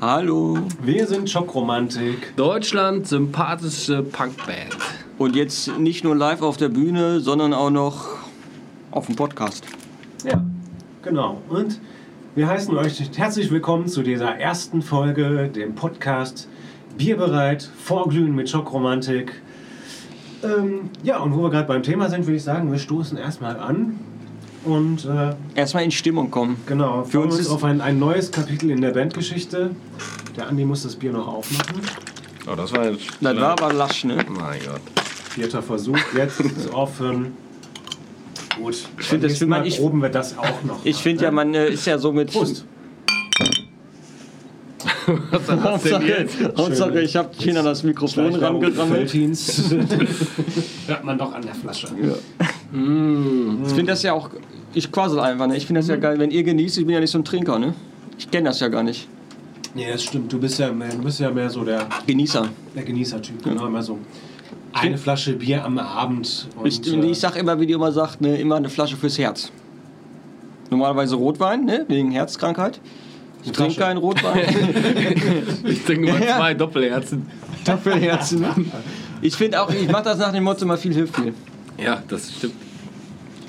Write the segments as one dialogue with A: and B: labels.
A: Hallo.
B: Wir sind Schockromantik.
C: Deutschland sympathische Punkband.
A: Und jetzt nicht nur live auf der Bühne, sondern auch noch auf dem Podcast.
B: Ja, genau. Und wir heißen euch herzlich willkommen zu dieser ersten Folge, dem Podcast Bierbereit, Vorglühen mit Schockromantik. Ähm, ja, und wo wir gerade beim Thema sind, würde ich sagen, wir stoßen erstmal an. Und äh,
A: Erstmal in Stimmung kommen.
B: genau,
A: Für
B: freuen
A: uns
B: uns
A: ist-
B: auf ein, ein neues Kapitel in der Bandgeschichte. Der Andi muss das Bier noch aufmachen.
C: Oh, das war jetzt.
A: Das war aber lasch, ne?
C: Mein Gott.
B: Vierter Versuch, jetzt ist es offen. Gut, ich
A: find, das-
B: Mal
A: man- ich-
B: proben wir das auch noch.
A: Ich
B: mal,
A: finde ja,
B: ne?
A: man äh, ist ja so mit.
B: Prost!
C: Was war das denn
A: Hauptsache,
C: jetzt?
A: Hauptsache, ich habe China das Mikrofon rangerammelt.
B: Hört man doch an der Flasche.
A: Ich finde das ja auch. Ich quassel einfach, ne? Ich finde
B: Mhm.
A: das ja geil. Wenn ihr genießt, ich bin ja nicht so ein Trinker, ne? Ich kenne das ja gar nicht.
B: Nee, das stimmt. Du bist ja mehr, du bist ja mehr so der,
A: Genießer.
B: der Genießertyp. Genau, immer so eine Flasche Bier am Abend. Und,
A: Ich,
B: äh,
A: ich sag immer, wie die immer sagt, ne, immer eine Flasche fürs Herz. Normalerweise Rotwein, ne, wegen Herzkrankheit. Ich trinke
B: Flasche.
A: keinen Rotwein.
C: Ich trinke mal
A: Ja.
C: zwei Doppelherzen.
A: Dafür
B: äh,
A: Herzen. Ich finde auch, ich mache das nach dem Motto mal viel hilft viel.
C: Ja, das stimmt.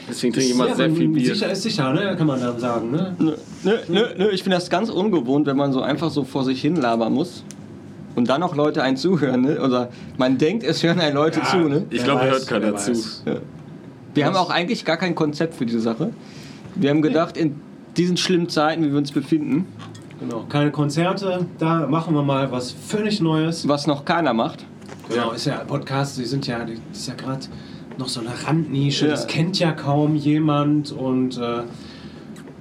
C: Deswegen trinke ich
B: ja,
C: immer sehr
B: man-
C: viel Bier.
B: Sicher ist sicher, ne? kann man dann sagen. Ne?
A: Nö, nö, nö, nö, ich finde das ganz ungewohnt, wenn man so einfach so vor sich hin labern muss. Und dann noch Leute einen zuhören, ne? Oder man denkt, es hören einen Leute zu, ne?
C: Ich
B: Wer
C: glaube,
B: weiß,
C: hört keiner
B: wer
C: zu.
B: weiß.
A: Wir haben auch eigentlich gar kein Konzept für diese Sache. Wir haben gedacht, in diesen schlimmen Zeiten, wie wir uns befinden,
B: Genau. Keine Konzerte, da machen wir mal was völlig Neues.
A: was noch keiner macht.
B: Genau, ist ja ein Podcast, die sind ja, die ist ja gerade noch so eine Randnische,
A: Ja.
B: das kennt ja kaum jemand und äh,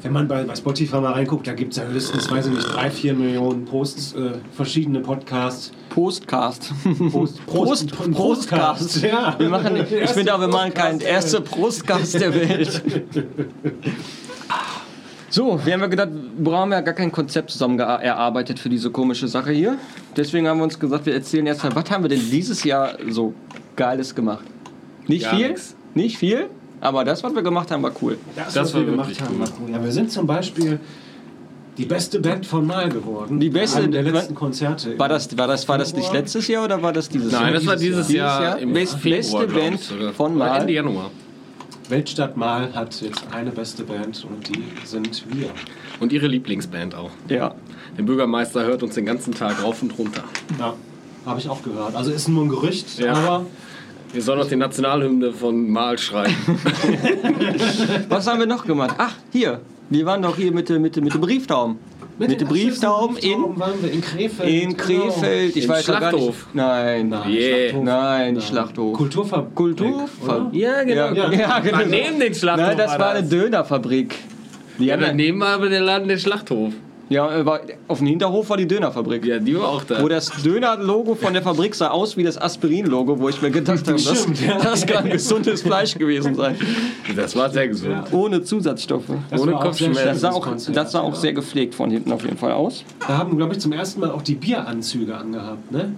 B: wenn man bei, bei Spotify mal reinguckt, da gibt es ja höchstens, weiß ich nicht, drei, vier Millionen Posts, äh, verschiedene Podcasts.
A: Postcast.
B: Prost,
A: Prost, Prost, Prostcast.
B: Ja.
A: Wir machen, ich
B: Erste
A: finde auch, wir machen keinen
B: Prostcast,
A: erste Prostcast der Welt. So, wir haben ja gedacht, wir haben ja gar kein Konzept zusammen gea- erarbeitet für diese komische Sache hier. Deswegen haben wir uns gesagt, wir erzählen erstmal, was haben wir denn dieses Jahr so Geiles gemacht? Nicht
C: Gar
A: viel,
C: nix.
A: nicht viel, aber das, was wir gemacht haben, war cool.
B: Das,
C: Das
B: was
C: war
B: wir gemacht
C: wirklich
B: haben,
C: cool.
B: war cool. Ja, wir sind zum Beispiel die beste Band von Mal geworden.
A: Die beste-
B: Einem der letzten Konzerte.
A: War das, war das, war das nicht letztes Jahr oder war das dieses Jahr?
C: Nein, das war dieses Jahr, im
A: Best-
C: Februar,
A: beste
C: glaub ich,
A: Band
C: sogar.
A: von
C: Oder
A: Mal.
C: Ende Januar.
B: Weltstadt Mal hat jetzt eine beste Band und die sind wir.
C: Und ihre Lieblingsband auch.
A: Ja.
C: Der Bürgermeister hört uns den ganzen Tag rauf und runter.
B: Ja, habe ich auch gehört. Also ist nur ein Gerücht,
C: Ja.
B: aber
C: Wir sollen noch die Nationalhymne von Mal schreien.
A: Was haben wir noch gemacht? Ach, hier. Wir waren doch hier mit, dem- mit, dem- mit dem Brieftauben. Mit, dem
B: den
A: Brieftauben in,
B: Brieftauben waren wir in Krefeld.
A: in Krefeld. Ich
C: Im
A: weiß ja gar nicht.
C: Schlachthof.
A: Nein,
B: Genau.
A: nein,
C: Yeah.
B: Schlachthof.
A: nein, nicht Schlachthof.
B: Kulturfabrik.
A: Kulturfabrik.
B: oder?
C: Ja, genau.
A: Ja, ja, genau.
C: Daneben den Schlachthof.
A: Nein, das war eine
C: das.
A: Dönerfabrik. Die
C: Ja,
A: haben ja,
C: daneben war aber der Laden der Schlachthof.
A: ja, äh, war, auf dem Hinterhof war die Dönerfabrik.
C: Ja, die war auch da.
A: Wo das Döner-Logo von der Fabrik sah aus wie das Aspirin-Logo, wo ich mir gedacht habe, das,
B: Stimmt, ja.
A: das kann gesundes Fleisch gewesen sein.
C: das war sehr gesund.
A: Ohne Zusatzstoffe.
B: Das
C: Ohne
B: war auch sehr
C: Kopfschmerzen.
B: schön,
A: Das sah
B: dieses
A: auch,
B: Konzert.
A: das sah auch sehr gepflegt von hinten auf jeden Fall aus.
B: Da haben, glaube ich, zum ersten Mal auch die Bieranzüge angehabt, ne?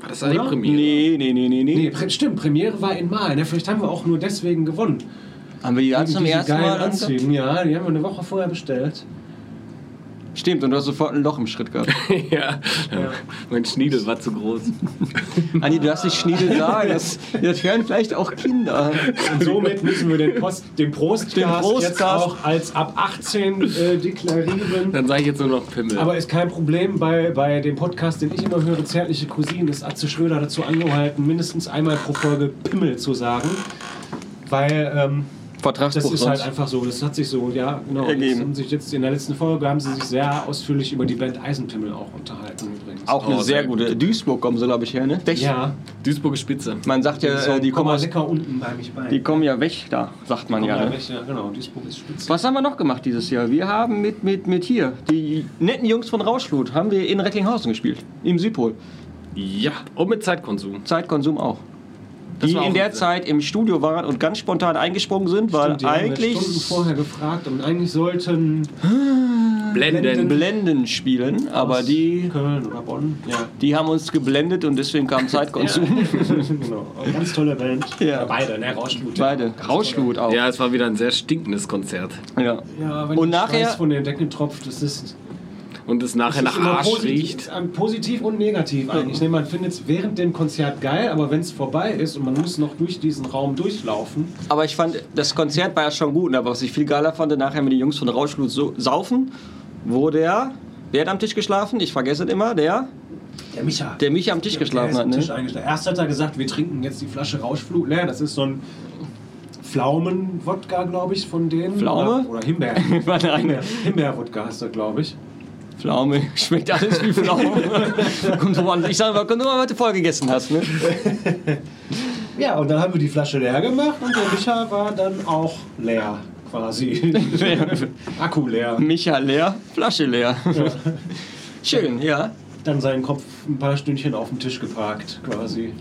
C: War das war die
B: Oder?
C: Premiere.
A: Nee, nee, nee, nee, nee.
B: Nee, Pre stimmt, Premiere war in Mal. Ne? Vielleicht haben wir auch nur deswegen gewonnen.
A: Haben wir die
B: Wegen
A: ganz zum
B: diesen
A: ersten
B: geilen
A: Mal angezogen?
B: Anzügen, ja. Die haben wir eine Woche vorher bestellt.
A: Stimmt, und du hast sofort ein Loch im Schritt gehabt.
C: ja. ja. Mein Schniedel war zu groß.
A: Andi, du darfst nicht Schniedel sagen. Das, das hören vielleicht auch Kinder.
B: Und somit müssen wir den, Post, den Prostcast,
A: Den Prostcast.
B: jetzt auch als ab 18 äh, deklarieren.
C: Dann sage ich jetzt nur noch Pimmel.
B: Aber ist kein Problem bei, bei dem Podcast, den ich immer höre, Zärtliche Cousine, ist Atze Schröder dazu angehalten, mindestens einmal pro Folge Pimmel zu sagen. Weil ähm, das
A: Vertragsbruch
B: ist halt
A: sonst.
B: einfach so, das hat sich so, ja, genau.
A: Ergeben.
B: Das haben sich jetzt in der letzten Folge haben sie sich sehr ausführlich über die Band Eisenpimmel auch unterhalten übrigens.
A: Auch eine
C: Oh,
A: sehr
C: sehr
A: gute. Duisburg kommen sie, glaube ich, her, ne? Dech.
B: Ja,
C: Duisburger Spitze.
A: Man sagt ja, äh, die
B: komm
A: kommen,
B: mal
A: aus,
B: lecker unten bei mich bei.
A: die kommen ja weg da, sagt man
B: Komm
A: ja.
B: mal
A: Ne?
B: weg, ja, genau, Duisburg ist spitze.
A: Was haben wir noch gemacht dieses Jahr? Wir haben mit, mit, mit hier, die netten Jungs von Rauschflut, haben wir in Recklinghausen gespielt. Im Südpol.
C: Ja. Und mit Zeitkonsum.
A: Zeitkonsum auch.
C: Das
A: Die
C: war auch
A: in der
C: ein-
A: Zeit im Studio waren und ganz spontan eingesprungen sind, weil
B: Stimmt, die haben wir
A: eigentlich
B: Stunden vorher gefragt und eigentlich sollten
C: Blenden.
A: Blenden spielen, aber die,
B: Köln oder Bonn. Ja.
A: die haben uns geblendet und deswegen kam Zeitkonsum.
B: genau. Ganz tolle Band.
A: Ja.
B: Beide, ne? Rauschmut.
A: Beide. Rauschlut auch.
C: Ja, es war wieder ein sehr stinkendes Konzert.
A: Ja.
B: Ja, wenn
A: Und
B: der
A: nachher-
B: Schweiß von den Decken tropft, das ist
C: Und es nachher
B: Das
C: nach
B: ist immer
C: Arsch
B: positiv,
C: riecht.
B: ist an- Positiv und negativ eigentlich. ne? Man findet es während dem Konzert geil, aber wenn es vorbei ist und man muss noch durch diesen Raum durchlaufen,
A: Aber ich fand, das Konzert war ja schon gut, ne? aber was ich viel geiler fand, nachher mit den Jungs von Rauschglut so, saufen, wo der, wer hat am Tisch geschlafen? Ich vergesse es immer, der,
B: der Micha.
A: der mich am Tisch geschlafen
B: Der ist
A: hat,
B: am Tisch
A: ne?
B: eingeschlafen. Erst hat er gesagt, wir trinken jetzt die Flasche Rauschflut leer. Das ist so ein Pflaumen-Wodka, glaube ich, von denen.
A: Pflaume?
B: Oder, oder Himbeer.
A: War der eine.
B: Himbeer- Himbeer-Wodka heißt das, glaube ich.
A: Pflaume, schmeckt alles wie Pflaume. kommt drauf an, ich sag mal, kommt drauf an, was du vorher gegessen hast, ne?
B: Ja, und dann haben wir die Flasche leer gemacht und der Micha war dann auch leer, quasi. Akku leer.
A: Micha leer, Flasche leer. Schön, ja.
B: Dann seinen Kopf ein paar Stündchen auf dem Tisch geparkt, quasi.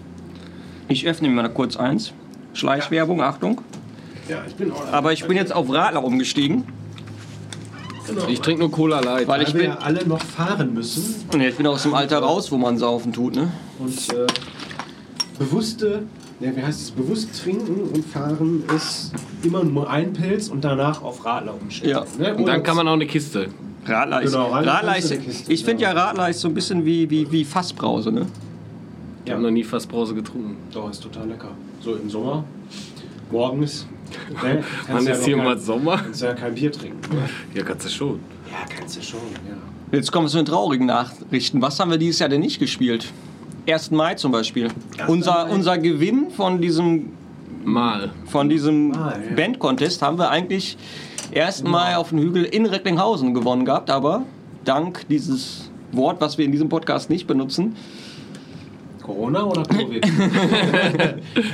A: Ich öffne mir mal kurz eins. Schleichwerbung, Achtung.
B: Ja, ich bin auch
A: Aber ich bin jetzt auf Radler umgestiegen,
C: Ich trinke nur Cola Light.
A: weil
B: Weil
A: ich
B: wir
A: bin,
B: ja alle noch fahren müssen
A: nee, ich bin aus dem Alter raus, wo man saufen tut, ne?
B: und äh, bewusste, ne, wie heißt es, bewusst trinken und fahren ist immer nur ein Pilz und danach auf Radler umstellen.
A: Ja.
B: Ne?
C: Und dann kann man auch eine Kiste.
A: Radler ist,
B: Genau, Radler
A: Radler
B: ist
A: ist,
B: eine Kiste,
A: ich finde
B: ja.
A: ja Radler ist so ein bisschen wie, wie, wie Fassbrause, ne?
C: Ich habe noch nie Fassbrause getrunken.
B: Doch, ist total lecker. So im Sommer, morgens. Ne, kannst
C: Wann
B: ja
C: ist
B: noch
C: hier
B: kein-
C: mal Sommer?
B: Kannst ja kein Bier trinken. Ne?
C: Ja, kannst du schon.
B: Ja, kannst du schon, ja.
A: Jetzt kommen wir zu den traurigen Nachrichten. Was haben wir dieses Jahr denn nicht gespielt? 1. Mai zum Beispiel. Unser,
B: Mai.
A: unser Gewinn von diesem,
C: Mal.
A: von diesem
B: Ah, ja.
A: Band-Contest haben wir eigentlich 1. Mai auf dem Hügel in Recklinghausen gewonnen gehabt, aber dank dieses Wort, was wir in diesem Podcast nicht benutzen,
B: Corona oder Covid?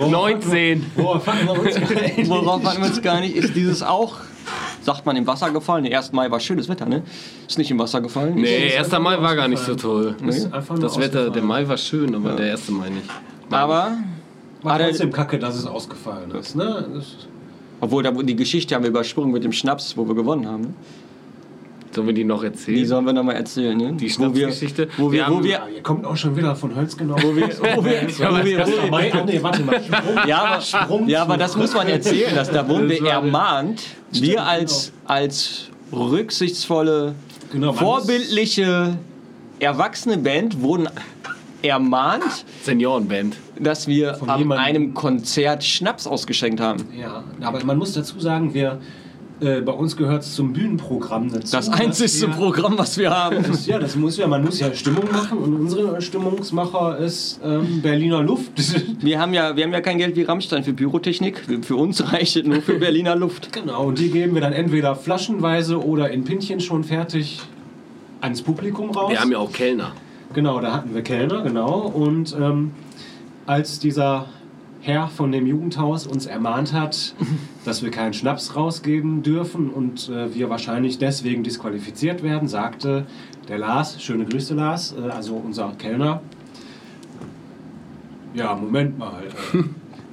C: 19.
B: Boah, fangen wir uns gleich.
A: worauf hatten wir uns gar nicht, ist dieses auch, sagt man, im Wasser gefallen. Der 1. Mai war schönes Wetter, ne? Ist nicht im Wasser gefallen.
C: Nee,
B: ist
C: 1.
B: einfach
C: Mai
B: nur
C: war gar nicht so toll.
B: ausgefallen. Ist einfach nur
C: Das Wetter,
B: ausgefallen.
C: der Mai war schön, aber der 1. Mai nicht.
A: Aber
B: War
A: Ah, der-
B: trotzdem kacke, dass es ausgefallen ist. Ne? Das-
A: Obwohl, da, die Geschichte haben wir übersprungen mit dem Schnaps, wo wir gewonnen haben. ne?
C: Sollen wir die noch erzählen?
A: Die sollen wir nochmal erzählen, ne?
C: Die
A: Wo wir-
C: Schnapsgeschichte?
A: Wo wir,
C: Wir
A: wo
C: haben-
A: wir,
B: Ja, ihr kommt auch schon wieder von Hölz genau. Wo
A: wo wir, wo wir, wo wir
B: Mai, ah, nee, warte mal. Sprung,
A: ja, aber,
B: Sprung
A: ja, aber das
B: zurück.
A: muss man erzählen, dass da wurden
C: Das
A: wir
C: war-
A: ermahnt, wir als, als rücksichtsvolle,
B: Genau, man
A: vorbildliche, erwachsene Band wurden ermahnt,
C: Seniorenband.
A: dass wir
B: Von
A: an
B: jemandem.
A: einem Konzert Schnaps ausgeschenkt haben.
B: Ja, aber man muss dazu sagen, wir, äh, bei uns gehört es zum Bühnenprogramm dazu.
A: Das
B: dass
A: einzigste
B: wir-
A: Programm, was wir haben.
B: Ja, das muss ja, man muss ja Stimmung machen und unsere Stimmungsmacher ist ähm, Berliner Luft.
A: Wir haben, ja, wir haben ja kein Geld wie Rammstein für Pyrotechnik. Für uns reicht es nur für Berliner Luft.
B: Genau, und die geben wir dann entweder flaschenweise oder in Pinchen schon fertig ans Publikum raus.
C: Wir haben ja auch Kellner.
B: Genau, da hatten wir Kellner, genau. Und ähm, als dieser Herr von dem Jugendhaus uns ermahnt hat, dass wir keinen Schnaps rausgeben dürfen und äh, wir wahrscheinlich deswegen disqualifiziert werden, sagte der Lars, schöne Grüße Lars, äh, also unser Kellner, ja, Moment mal. Äh,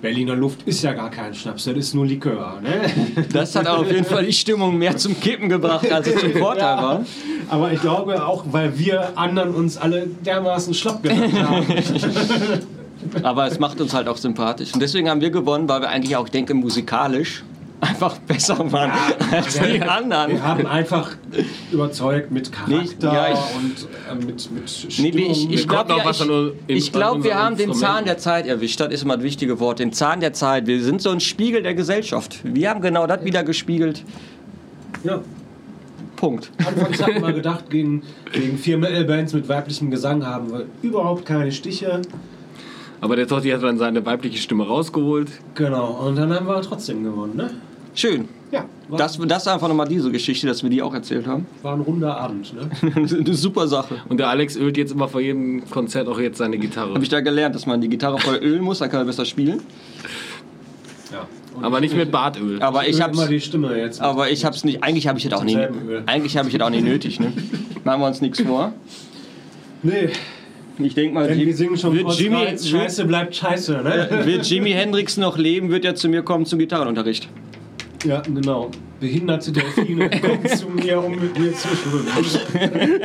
B: Berliner Luft ist ja gar kein Schnaps, das ist nur Likör. Ne?
A: Das hat auf jeden Fall die Stimmung mehr zum Kippen gebracht, als es zum Vorteil war.
B: Aber ich glaube auch, weil wir anderen uns alle dermaßen schlapp gemacht haben.
A: Aber es macht uns halt auch sympathisch. Und deswegen haben wir gewonnen, weil wir eigentlich auch, ich denke, musikalisch einfach besser waren als die anderen.
B: Wir haben einfach überzeugt mit
A: Nicht-
B: Charakter
A: ja,
B: und äh, mit, mit
A: Nee,
B: Stimmung.
A: wir- ich ich
C: Wir konnten
A: glaube,
C: auch
A: ja,
C: was an un-
A: ich,
C: in-
A: ich
C: an
A: glaub, wir
C: unseren
A: haben den
C: Instrumenten.
A: Zahn der Zeit erwischt. Das ist immer das wichtige Wort. Den Zahn der Zeit. Wir sind so ein Spiegel der Gesellschaft. Wir haben genau das wieder gespiegelt.
B: ja,
A: Punkt.
B: anfangs hatten wir gedacht, gegen, gegen vier Metal-Bands mit weiblichem Gesang haben wir überhaupt keine Stiche.
C: Aber der Totti hat dann seine weibliche Stimme rausgeholt.
B: Genau, und dann haben wir trotzdem gewonnen, ne?
A: Schön.
B: Ja, war,
A: Das, das einfach nochmal diese Geschichte, dass wir die auch erzählt haben.
B: war ein runder Abend, ne?
A: Eine super Sache.
C: Und der Alex ölt jetzt immer vor jedem Konzert auch jetzt seine Gitarre.
A: Habe ich da gelernt, dass man die Gitarre voll ölen muss, dann kann man besser spielen.
B: Ja. Und
C: Aber nicht mit Bartöl.
A: Aber ich
B: öle
A: hab's.
B: immer die Stimme jetzt.
A: Aber ich hab's nicht. Eigentlich habe ich das auch nicht.
B: selben Öl.
A: Eigentlich habe ich das auch nicht nötig. Ne? Machen wir uns nichts vor.
B: nee,
A: Ich denke mal,
B: denn
A: Jim-
B: wir singen schon
A: wird,
B: kurz
A: Jimmy,
B: rein, Scheiße bleibt Scheiße, ne?
A: wird, wird Jimi Hendrix noch leben, wird er zu mir kommen zum Gitarrenunterricht.
B: Ja, genau. Behinderte Delfine kommen zu mir, um mit mir zu schwimmen.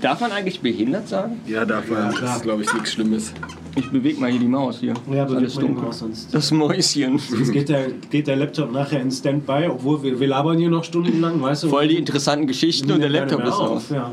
A: Darf man eigentlich behindert sagen?
C: Ja, darf man. Das ist, glaube ich, nichts Schlimmes.
A: Ich bewege mal hier die Maus hier.
B: Ja,
A: ist
B: bewegt
A: alles
B: man die
A: dunkel.
B: Maus sonst.
A: Das Mäuschen.
B: Jetzt geht der, geht der Laptop nachher in Standby, obwohl wir, wir labern hier noch stundenlang, weißt du?
A: Voll die interessanten
B: Wir
A: Geschichten
B: nehmen
A: und der
B: ja genau.
A: Laptop
B: keine
A: ist
B: mehr
A: auf.
B: Ja.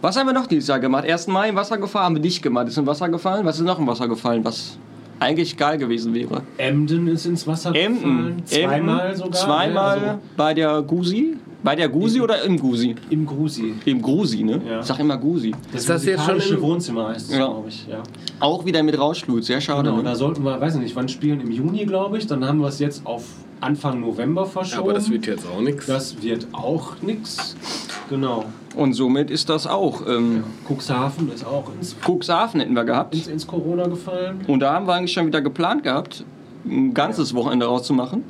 A: Was haben wir noch dieses Jahr gemacht? 1. Mai im Wasser gefahren, haben wir nicht gemacht. Ist im Wasser gefallen? Was ist noch im Wasser gefallen? Was eigentlich geil gewesen wäre.
B: Emden ist ins Wasser
A: Emden.
B: gefallen. Zweimal
A: Emden,
B: sogar.
A: Zweimal
B: Ja, also
A: bei der Gusi. Bei der Gusi oder im Gusi?
B: Im Grusi.
A: Im Grusi, ne?
B: Ja.
A: Ich sag immer Gusi.
B: Das,
C: das jetzt schon
B: musikalische
C: im-
B: Wohnzimmer heißt es,
A: Ja.
B: glaube ich. Ja.
A: Auch wieder mit Rauschlut, sehr schade.
B: Genau,
A: ne?
B: da sollten wir, weiß ich nicht, wann spielen? Im Juni, glaube ich. Dann haben wir es jetzt auf Anfang November verschoben.
C: Aber das wird jetzt auch nichts.
B: Das wird auch nix. Genau.
A: Und somit ist das auch. Ähm,
B: Cuxhaven ist auch ins,
A: Cuxhaven hätten wir gehabt.
B: ins, ins Corona gefallen.
A: Und da haben wir eigentlich schon wieder geplant gehabt, ein ganzes Wochenende rauszumachen.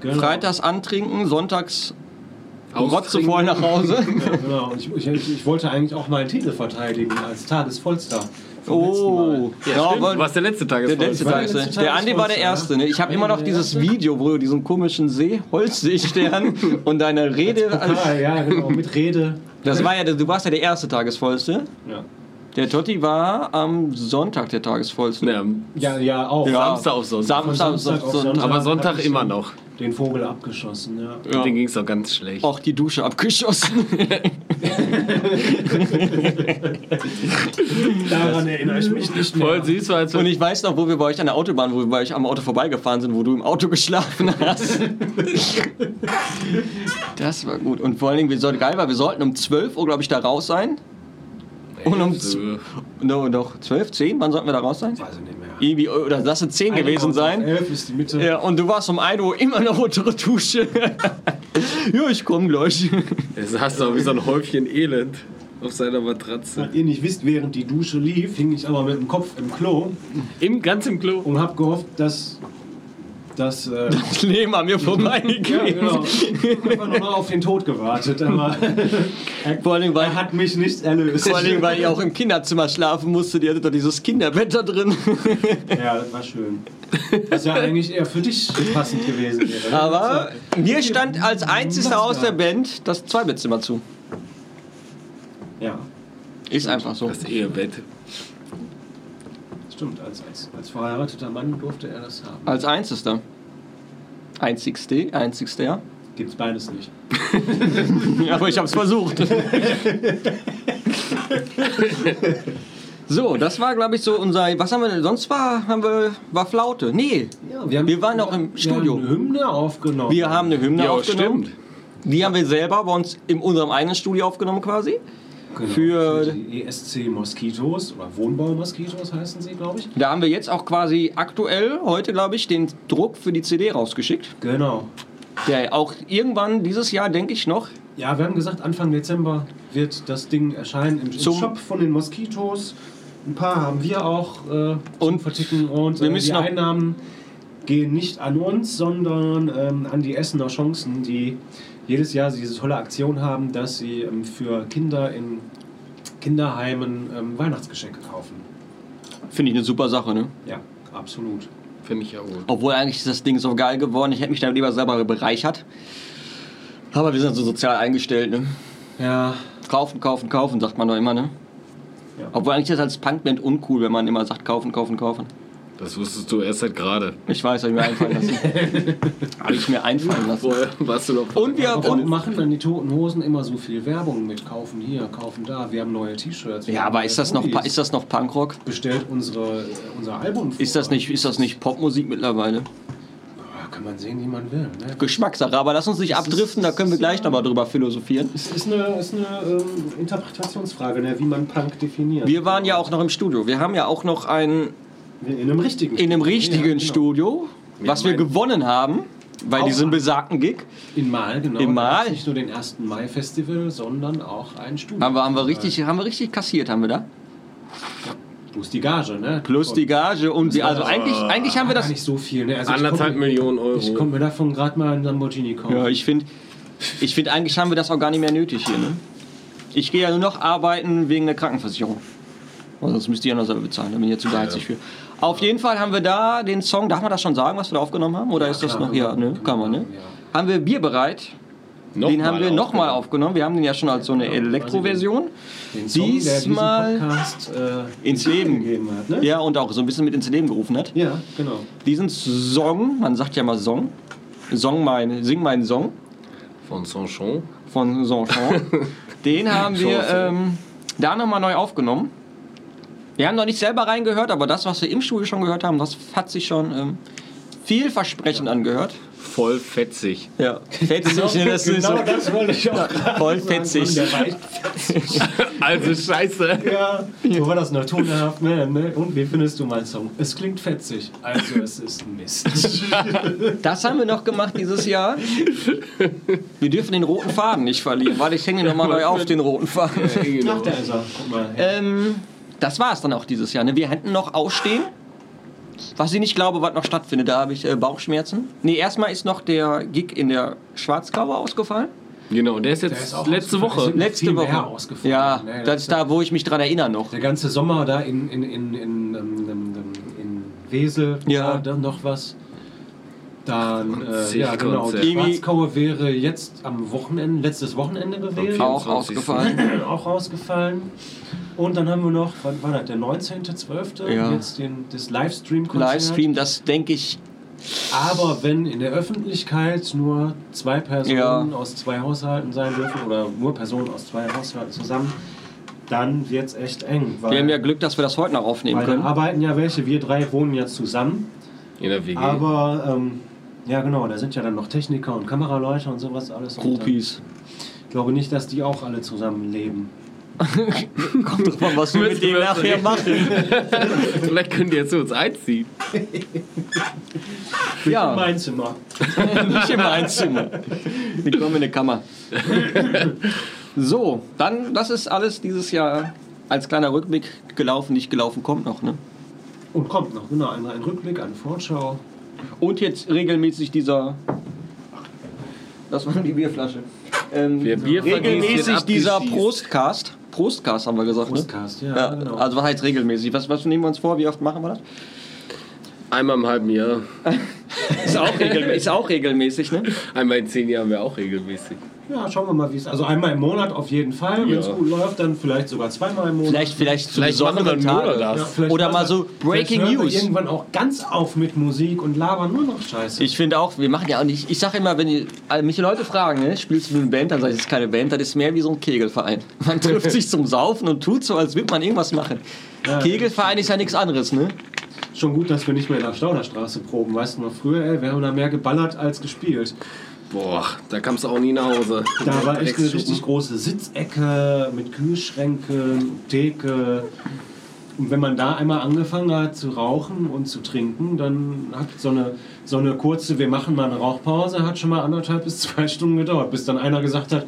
B: Genau.
A: Freitags antrinken, sonntags
C: Austrinken.
A: rotzevoll nach Hause.
B: Ja, genau. Und ich, ich, ich, ich wollte eigentlich auch meinen Titel verteidigen als Tadesvollster. vom letzten Mal.
A: oh,
C: Ja, stimmt.
A: aber
C: was der letzte Tag ist.
A: der
C: voll.
A: letzte
B: war
A: Tag
B: der
A: ist.
B: letzte
A: ne?
B: Tag
A: Der
B: ist
A: Andi war der
B: Holster,
A: Erste.
B: ja.
A: Ne? Ich habe
B: Andi
A: immer noch
B: der
A: dieses
B: Erste.
A: Video, wo du diesen komischen See, Holzseestern und deine Rede.
B: Ah, ja, genau. Mit Rede.
A: Das war ja, der- du warst ja der erste Tagesvollste.
B: Ja.
A: Der Totti war am Sonntag der Tagesvollste.
C: Ja,
B: Ja, ja, auch.
A: Ja.
C: Samstag auf Sonntag.
A: Samstag,
B: Von Samstag
A: Sonntag,
B: auf
A: Sonntag.
C: Aber
B: Ja, hab
C: Sonntag
B: ich
C: immer
B: schon.
C: noch.
B: Den Vogel abgeschossen, ja.
A: Ja.
C: Den ging es auch ganz schlecht.
A: Auch die Dusche abgeschossen.
B: Daran erinnere ich mich nicht mehr.
C: Voll süß war, als
A: Und ich weiß noch, wo wir bei euch an der Autobahn, wo wir bei euch am Auto vorbeigefahren sind, wo du im Auto geschlafen hast. das war gut. Und vor allen Dingen, wir sollten geil war, wir sollten um 12 Uhr, glaube ich, da raus sein. Und um
C: Elf.
A: No, doch, 12, 10, wann sollten wir da raus sein?
B: Weiß ich nicht mehr.
A: Irgendwie, oder das sind 10 gewesen sein.
B: Elf ist die Mitte.
A: Ja, und du warst um 1 Uhr immer noch unter der Dusche. ja, ich komme gleich.
C: Jetzt hast du auch wie so ein Häufchen Elend auf seiner Matratze.
B: Wenn ihr nicht wisst, während die Dusche lief, hing ich aber mit dem Kopf im Klo
C: Im, ganz im Klo.
B: und hab gehofft, dass. dass äh,
A: Das Leben an mir
B: ja,
A: vorbeigegangen.
B: genau. Einfach nur noch auf den Tod gewartet, aber
A: Vor allen Dingen,
B: er
A: weil
B: hat mich nicht erlöst.
A: Vor allem, weil ihr auch im Kinderzimmer schlafen musstet. Ihr hattet doch dieses Kinderbett da drin.
B: Ja, das war schön. Was ja eigentlich eher für dich passend gewesen wäre.
A: Aber
B: halt-
A: mir stand als einziger aus der Band das Zweibettzimmer zu.
B: Ja,
A: Ist einfach so.
C: Das Ehebett.
B: stimmt. Als, als, als verheirateter Mann durfte er das haben.
A: Als einzigster. Einzigste, einzigster.
B: Gibt's beides nicht.
A: Ja, aber ich hab's versucht. So, das war, glaube ich, so unser. Was haben wir denn? Sonst war, haben wir, war Flaute. Nee,
B: Ja, wir, haben,
A: Wir waren auch im
B: wir
A: Studio.
B: Haben eine Hymne aufgenommen.
A: wir haben eine Hymne
C: Ja,
A: Genau, aufgenommen.
C: stimmt.
A: Die haben wir selber bei uns in unserem eigenen Studio aufgenommen, quasi.
B: Genau,
A: Für-
B: die ESC Moskitos oder Wohnbau-Moskitos heißen sie, glaube ich.
A: Da haben wir jetzt auch quasi aktuell, heute glaube ich, den Druck für die CD rausgeschickt.
B: Genau.
A: Der auch irgendwann dieses Jahr, denke ich noch,
B: Ja, wir haben gesagt, Anfang Dezember wird das Ding erscheinen im, im
A: Zum-
B: Shop von den Moskitos. Ein paar haben wir auch äh,
A: Und
B: und verticken und
A: wir
B: äh,
A: müssen
B: die
A: noch-
B: Einnahmen gehen nicht an uns, sondern ähm, an die Essener Chancen, die jedes Jahr diese tolle Aktion haben, dass sie ähm, für Kinder in Kinderheimen ähm, Weihnachtsgeschenke kaufen.
A: finde ich eine super Sache, ne?
B: Ja, absolut.
C: Finde ich ja gut.
A: Obwohl eigentlich ist das Ding so geil geworden, ich hätte mich damit lieber selber bereichert. Aber wir sind so sozial eingestellt, ne?
B: Ja,
A: Kaufen, kaufen, kaufen, sagt man doch immer, ne?
B: Ja.
A: Obwohl eigentlich ist das als Punkband uncool, wenn man immer sagt, kaufen, kaufen, kaufen.
C: Das wusstest du erst seit gerade.
A: Ich weiß, hab ich mir einfallen lassen. hab ich mir einfallen lassen.
C: Vorher warst du noch.
A: Und wir
B: Warum
A: und,
B: machen dann die Toten Hosen immer so viel Werbung mit kaufen hier, kaufen da, wir haben neue T-Shirts. wir
A: Ja,
B: haben
A: aber
B: neue
A: ist das noch
B: Hoodies.
A: ist das noch Punkrock?
B: bestellt unsere, äh, unser Album vor.
A: Ist das nicht ist das nicht Popmusik mittlerweile?
B: Ja, Ah, kann man sehen, wie man will. Ne?
A: Geschmackssache, aber lass uns nicht abdriften, da können wir gleich nochmal drüber philosophieren.
B: Es ist eine, ist eine ähm, Interpretationsfrage, ne? wie man Punk definiert.
A: Wir waren ja auch noch im Studio. Wir haben ja auch noch ein
B: in einem richtigen
A: in einem richtigen
B: Ja, genau.
A: Studio, was wir
C: mein-
A: gewonnen haben, bei
B: Auch
A: diesem
B: ein-
A: besagten Gig.
B: In Mal, genau.
A: In
B: Da gab's
A: Mal.
B: Nicht nur den 1. Mai-Festival, sondern auch ein Studio.
A: Haben wir, haben wir richtig, haben wir richtig kassiert, haben wir da.
B: Plus die Gage, ne?
A: Plus die Gage und die, also eigentlich, eigentlich haben wir
B: Gar
A: das.
B: nicht so viel, ne? Also ich
C: Anderthalb
B: komm-
C: Millionen Euro.
B: Ich konnte mir davon gerade mal einen Lamborghini kaufen.
A: Ja, ich finde, ich finde eigentlich haben wir das auch gar nicht mehr nötig hier. Ne? Ich gehe ja nur noch arbeiten wegen der Krankenversicherung. Oh, sonst müsst ihr ja noch selber bezahlen, da bin ich ja zu geizig für. Auf jeden Fall haben wir da den Song, darf man das schon sagen, was wir da aufgenommen haben? Oder ist das
B: klar,
A: noch, ja,
B: kann man-
A: ne, kann man, ne?
B: ja.
A: Haben wir Bier bereit den haben wir nochmal
C: aufgenommen.
A: aufgenommen. Wir haben den ja schon als so eine Elektroversion.
B: Den Song, der diesen
A: Diesmal
B: Podcast äh,
A: ins Leben.
B: gegeben hat, ne?
A: Ja, und auch so ein bisschen mit ins Leben gerufen hat.
B: Ja, genau.
A: Diesen Song, man sagt ja mal Song, Song mein, sing meinen Song
C: Von Sanchon.
A: von Jean-Jean, den haben wir ähm, da nochmal neu aufgenommen. Wir haben noch nicht selber reingehört, aber das, was wir im Studio schon gehört haben, das hat sich schon ähm, vielversprechend angehört.
C: Voll fetzig.
A: Ja, fetzig,
B: Genau.
A: ne, das ist so
B: das wollte ich auch gerade
A: voll
B: sagen.
A: fetzig.
B: Der Reich-
C: Also scheiße.
B: Ja, wo war das noch? Tonhaft, ne, ne? Und wie findest du meinen Song? Es klingt fetzig, also es ist Mist.
A: Das haben wir noch gemacht dieses Jahr. Wir dürfen den roten Faden nicht verlieren. Warte, ich hänge den nochmal neu auf, den roten Faden.
B: Ach, da ist er. Guck mal.
A: Ähm, das war es dann auch dieses Jahr. Ne? Wir hätten noch ausstehen. Was ich nicht glaube, was noch stattfindet. Da habe ich äh, Bauchschmerzen. Nee, erstmal ist noch der Gig in der Schwarzkauer ausgefallen.
C: Genau, der ist jetzt
B: Der ist auch
C: letzte
B: ausgefallen.
C: Woche.
B: Noch
A: Letzte
B: viel
A: Woche.
B: mehr ausgefallen.
A: Ja,
B: Nee,
A: das ist da, wo ich mich dran erinnere noch.
B: Der ganze Sommer da in, in, in, in, ähm, ähm, ähm, in Wesel,
A: Ja.
B: da dann noch was. Dann, äh,
C: Konzert,
B: ja genau,
C: Konzert.
B: die
A: Irgendwie-
B: Schwarzkauer wäre jetzt am Wochenende, letztes Wochenende gewesen.
C: Am
A: Auch
C: 24..
A: ausgefallen.
B: auch rausgefallen. Und dann haben wir noch, wann war das, der 19.12.
A: Ja.
B: jetzt den, das Livestream-Konzert.
A: Livestream, das denke ich.
B: Aber wenn in der Öffentlichkeit nur zwei Personen
A: Ja.
B: aus zwei Haushalten sein dürfen oder nur Personen aus zwei Haushalten zusammen, dann wird es echt eng. Weil,
A: Wir haben ja Glück, dass wir das heute noch aufnehmen
B: weil dann
A: können.
B: arbeiten ja welche, wir drei wohnen ja zusammen.
C: In der
A: Mhm.
C: WG.
B: Aber ähm, ja genau, da sind ja dann noch Techniker und Kameraleute und sowas alles. Und
A: Groupies.
B: dann- Ich glaube nicht, dass die auch alle zusammen leben.
A: Kommt drauf an, was wir mit
C: Müssen wir
A: denen nachher
C: reden.
A: machen.
C: Vielleicht könnt ihr jetzt zu uns einziehen.
A: Ja,
B: Mein Zimmer.
A: nicht im Einzimmer. Die kommen in die Kammer. So, dann, das ist alles dieses Jahr als kleiner Rückblick gelaufen, nicht gelaufen, kommt noch, ne?
B: Und kommt noch, genau, ein, ein Rückblick, eine Vorschau.
A: Und jetzt regelmäßig dieser. Das war die Bierflasche. Ähm,
C: Der Biervergieß wird
A: regelmäßig dieser
C: abgeschießt.
A: Prostcast. Prostcast haben wir gesagt,
B: Postcast,
A: ne?
B: ja, genau.
A: Also was heißt regelmäßig? Was, was nehmen wir uns vor? Wie oft machen wir das?
C: Einmal im halben Jahr.
A: Ist auch, regel, ist auch regelmäßig, ne?
C: Einmal in zehn Jahren wäre auch regelmäßig.
B: Ja, schauen wir mal, wie es. Also einmal im Monat auf jeden Fall. Wenn es
C: Ja.
B: gut läuft, dann vielleicht sogar zweimal im Monat.
A: Vielleicht, vielleicht, zu
C: Vielleicht machen wir
A: besonderen
C: einen Monat
A: Tagen.
C: das.
B: Ja, vielleicht
A: Also, Oder
B: machen
A: mal
B: wir-
A: so Breaking
B: vielleicht hören
A: News.
B: Wir irgendwann auch ganz auf mit Musik und labern nur noch Scheiße.
A: Ich finde auch, wir machen ja auch nicht. Ich sage immer, wenn ihr, also mich die Leute fragen, ne, spielst du eine Band, dann sage ich, es ist keine Band, das ist mehr wie so ein Kegelverein. Man trifft sich zum Saufen und tut so, als würde man irgendwas machen.
B: Ja.
A: Kegelverein ist ja nichts anderes, ne?
B: Schon gut, dass wir nicht mehr in der Stauderstraße proben. Weißt du noch, früher, ey, wir haben da mehr geballert als gespielt.
C: Boah, da kamst du auch nie nach Hause.
B: Da war echt eine
C: Drecksschuppen.
B: richtig große Sitzecke mit Kühlschränken, Theke. Und wenn man da einmal angefangen hat zu rauchen und zu trinken, dann hat so eine, so eine kurze, wir machen mal eine Rauchpause, hat schon mal anderthalb bis zwei Stunden gedauert, bis dann einer gesagt hat,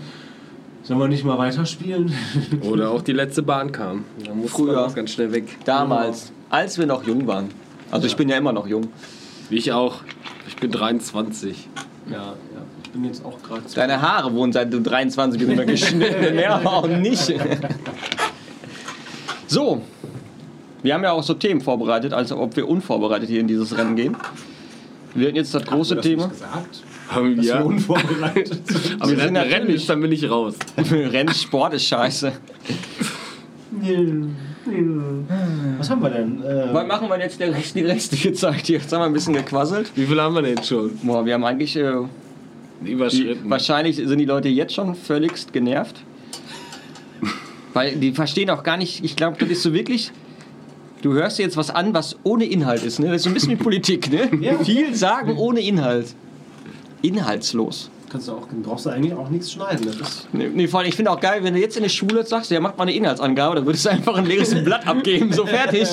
B: sollen wir nicht mal weiterspielen?
C: Oder auch die letzte Bahn kam. Da musste
A: Früher.
C: man auch ganz schnell weg.
A: Damals, als wir noch jung waren. Also ich bin ja immer noch jung.
C: Ich auch. Ich bin 23.
B: ja, ja, ich bin jetzt auch gerade so.
A: Deine Haare wurden seit du 23 bist immer geschnitten, mehr aber auch nicht. So, wir haben ja auch so Themen vorbereitet, als ob wir unvorbereitet hier in dieses Rennen gehen. Wir hatten jetzt das große
B: Hast du das
A: Thema.
B: nicht gesagt,
C: Haben
B: dass
C: wir.
B: wir unvorbereitet sind.
C: Aber
A: Wir
C: wir
A: sind
C: sind Rennen
A: natürlich-
C: ist, dann bin ich raus.
A: Rennsport ist scheiße.
B: Was haben wir denn? Äh,
A: Was machen wir jetzt der rest, die restliche Zeit hier? Jetzt haben wir ein bisschen gequasselt.
C: Wie viel haben wir denn schon?
A: Boah, wir haben eigentlich. Äh, die,
C: Überschritten.
A: wahrscheinlich sind die Leute jetzt schon völligst genervt. Weil die verstehen auch gar nicht. Ich glaube, das ist so wirklich. Du hörst dir jetzt was an, was ohne Inhalt ist. Ne? Das ist so ein bisschen wie Politik. Ne?
B: Ja.
A: Viel sagen ohne Inhalt. Inhaltslos.
B: kannst du auch, brauchst du eigentlich auch nichts schneiden. Das ist
A: Nee, nee, vor allem, ich finde auch geil, wenn du jetzt in der Schule sagst, ja, macht mal eine Inhaltsangabe, dann würdest du einfach ein leeres Blatt abgeben, so fertig.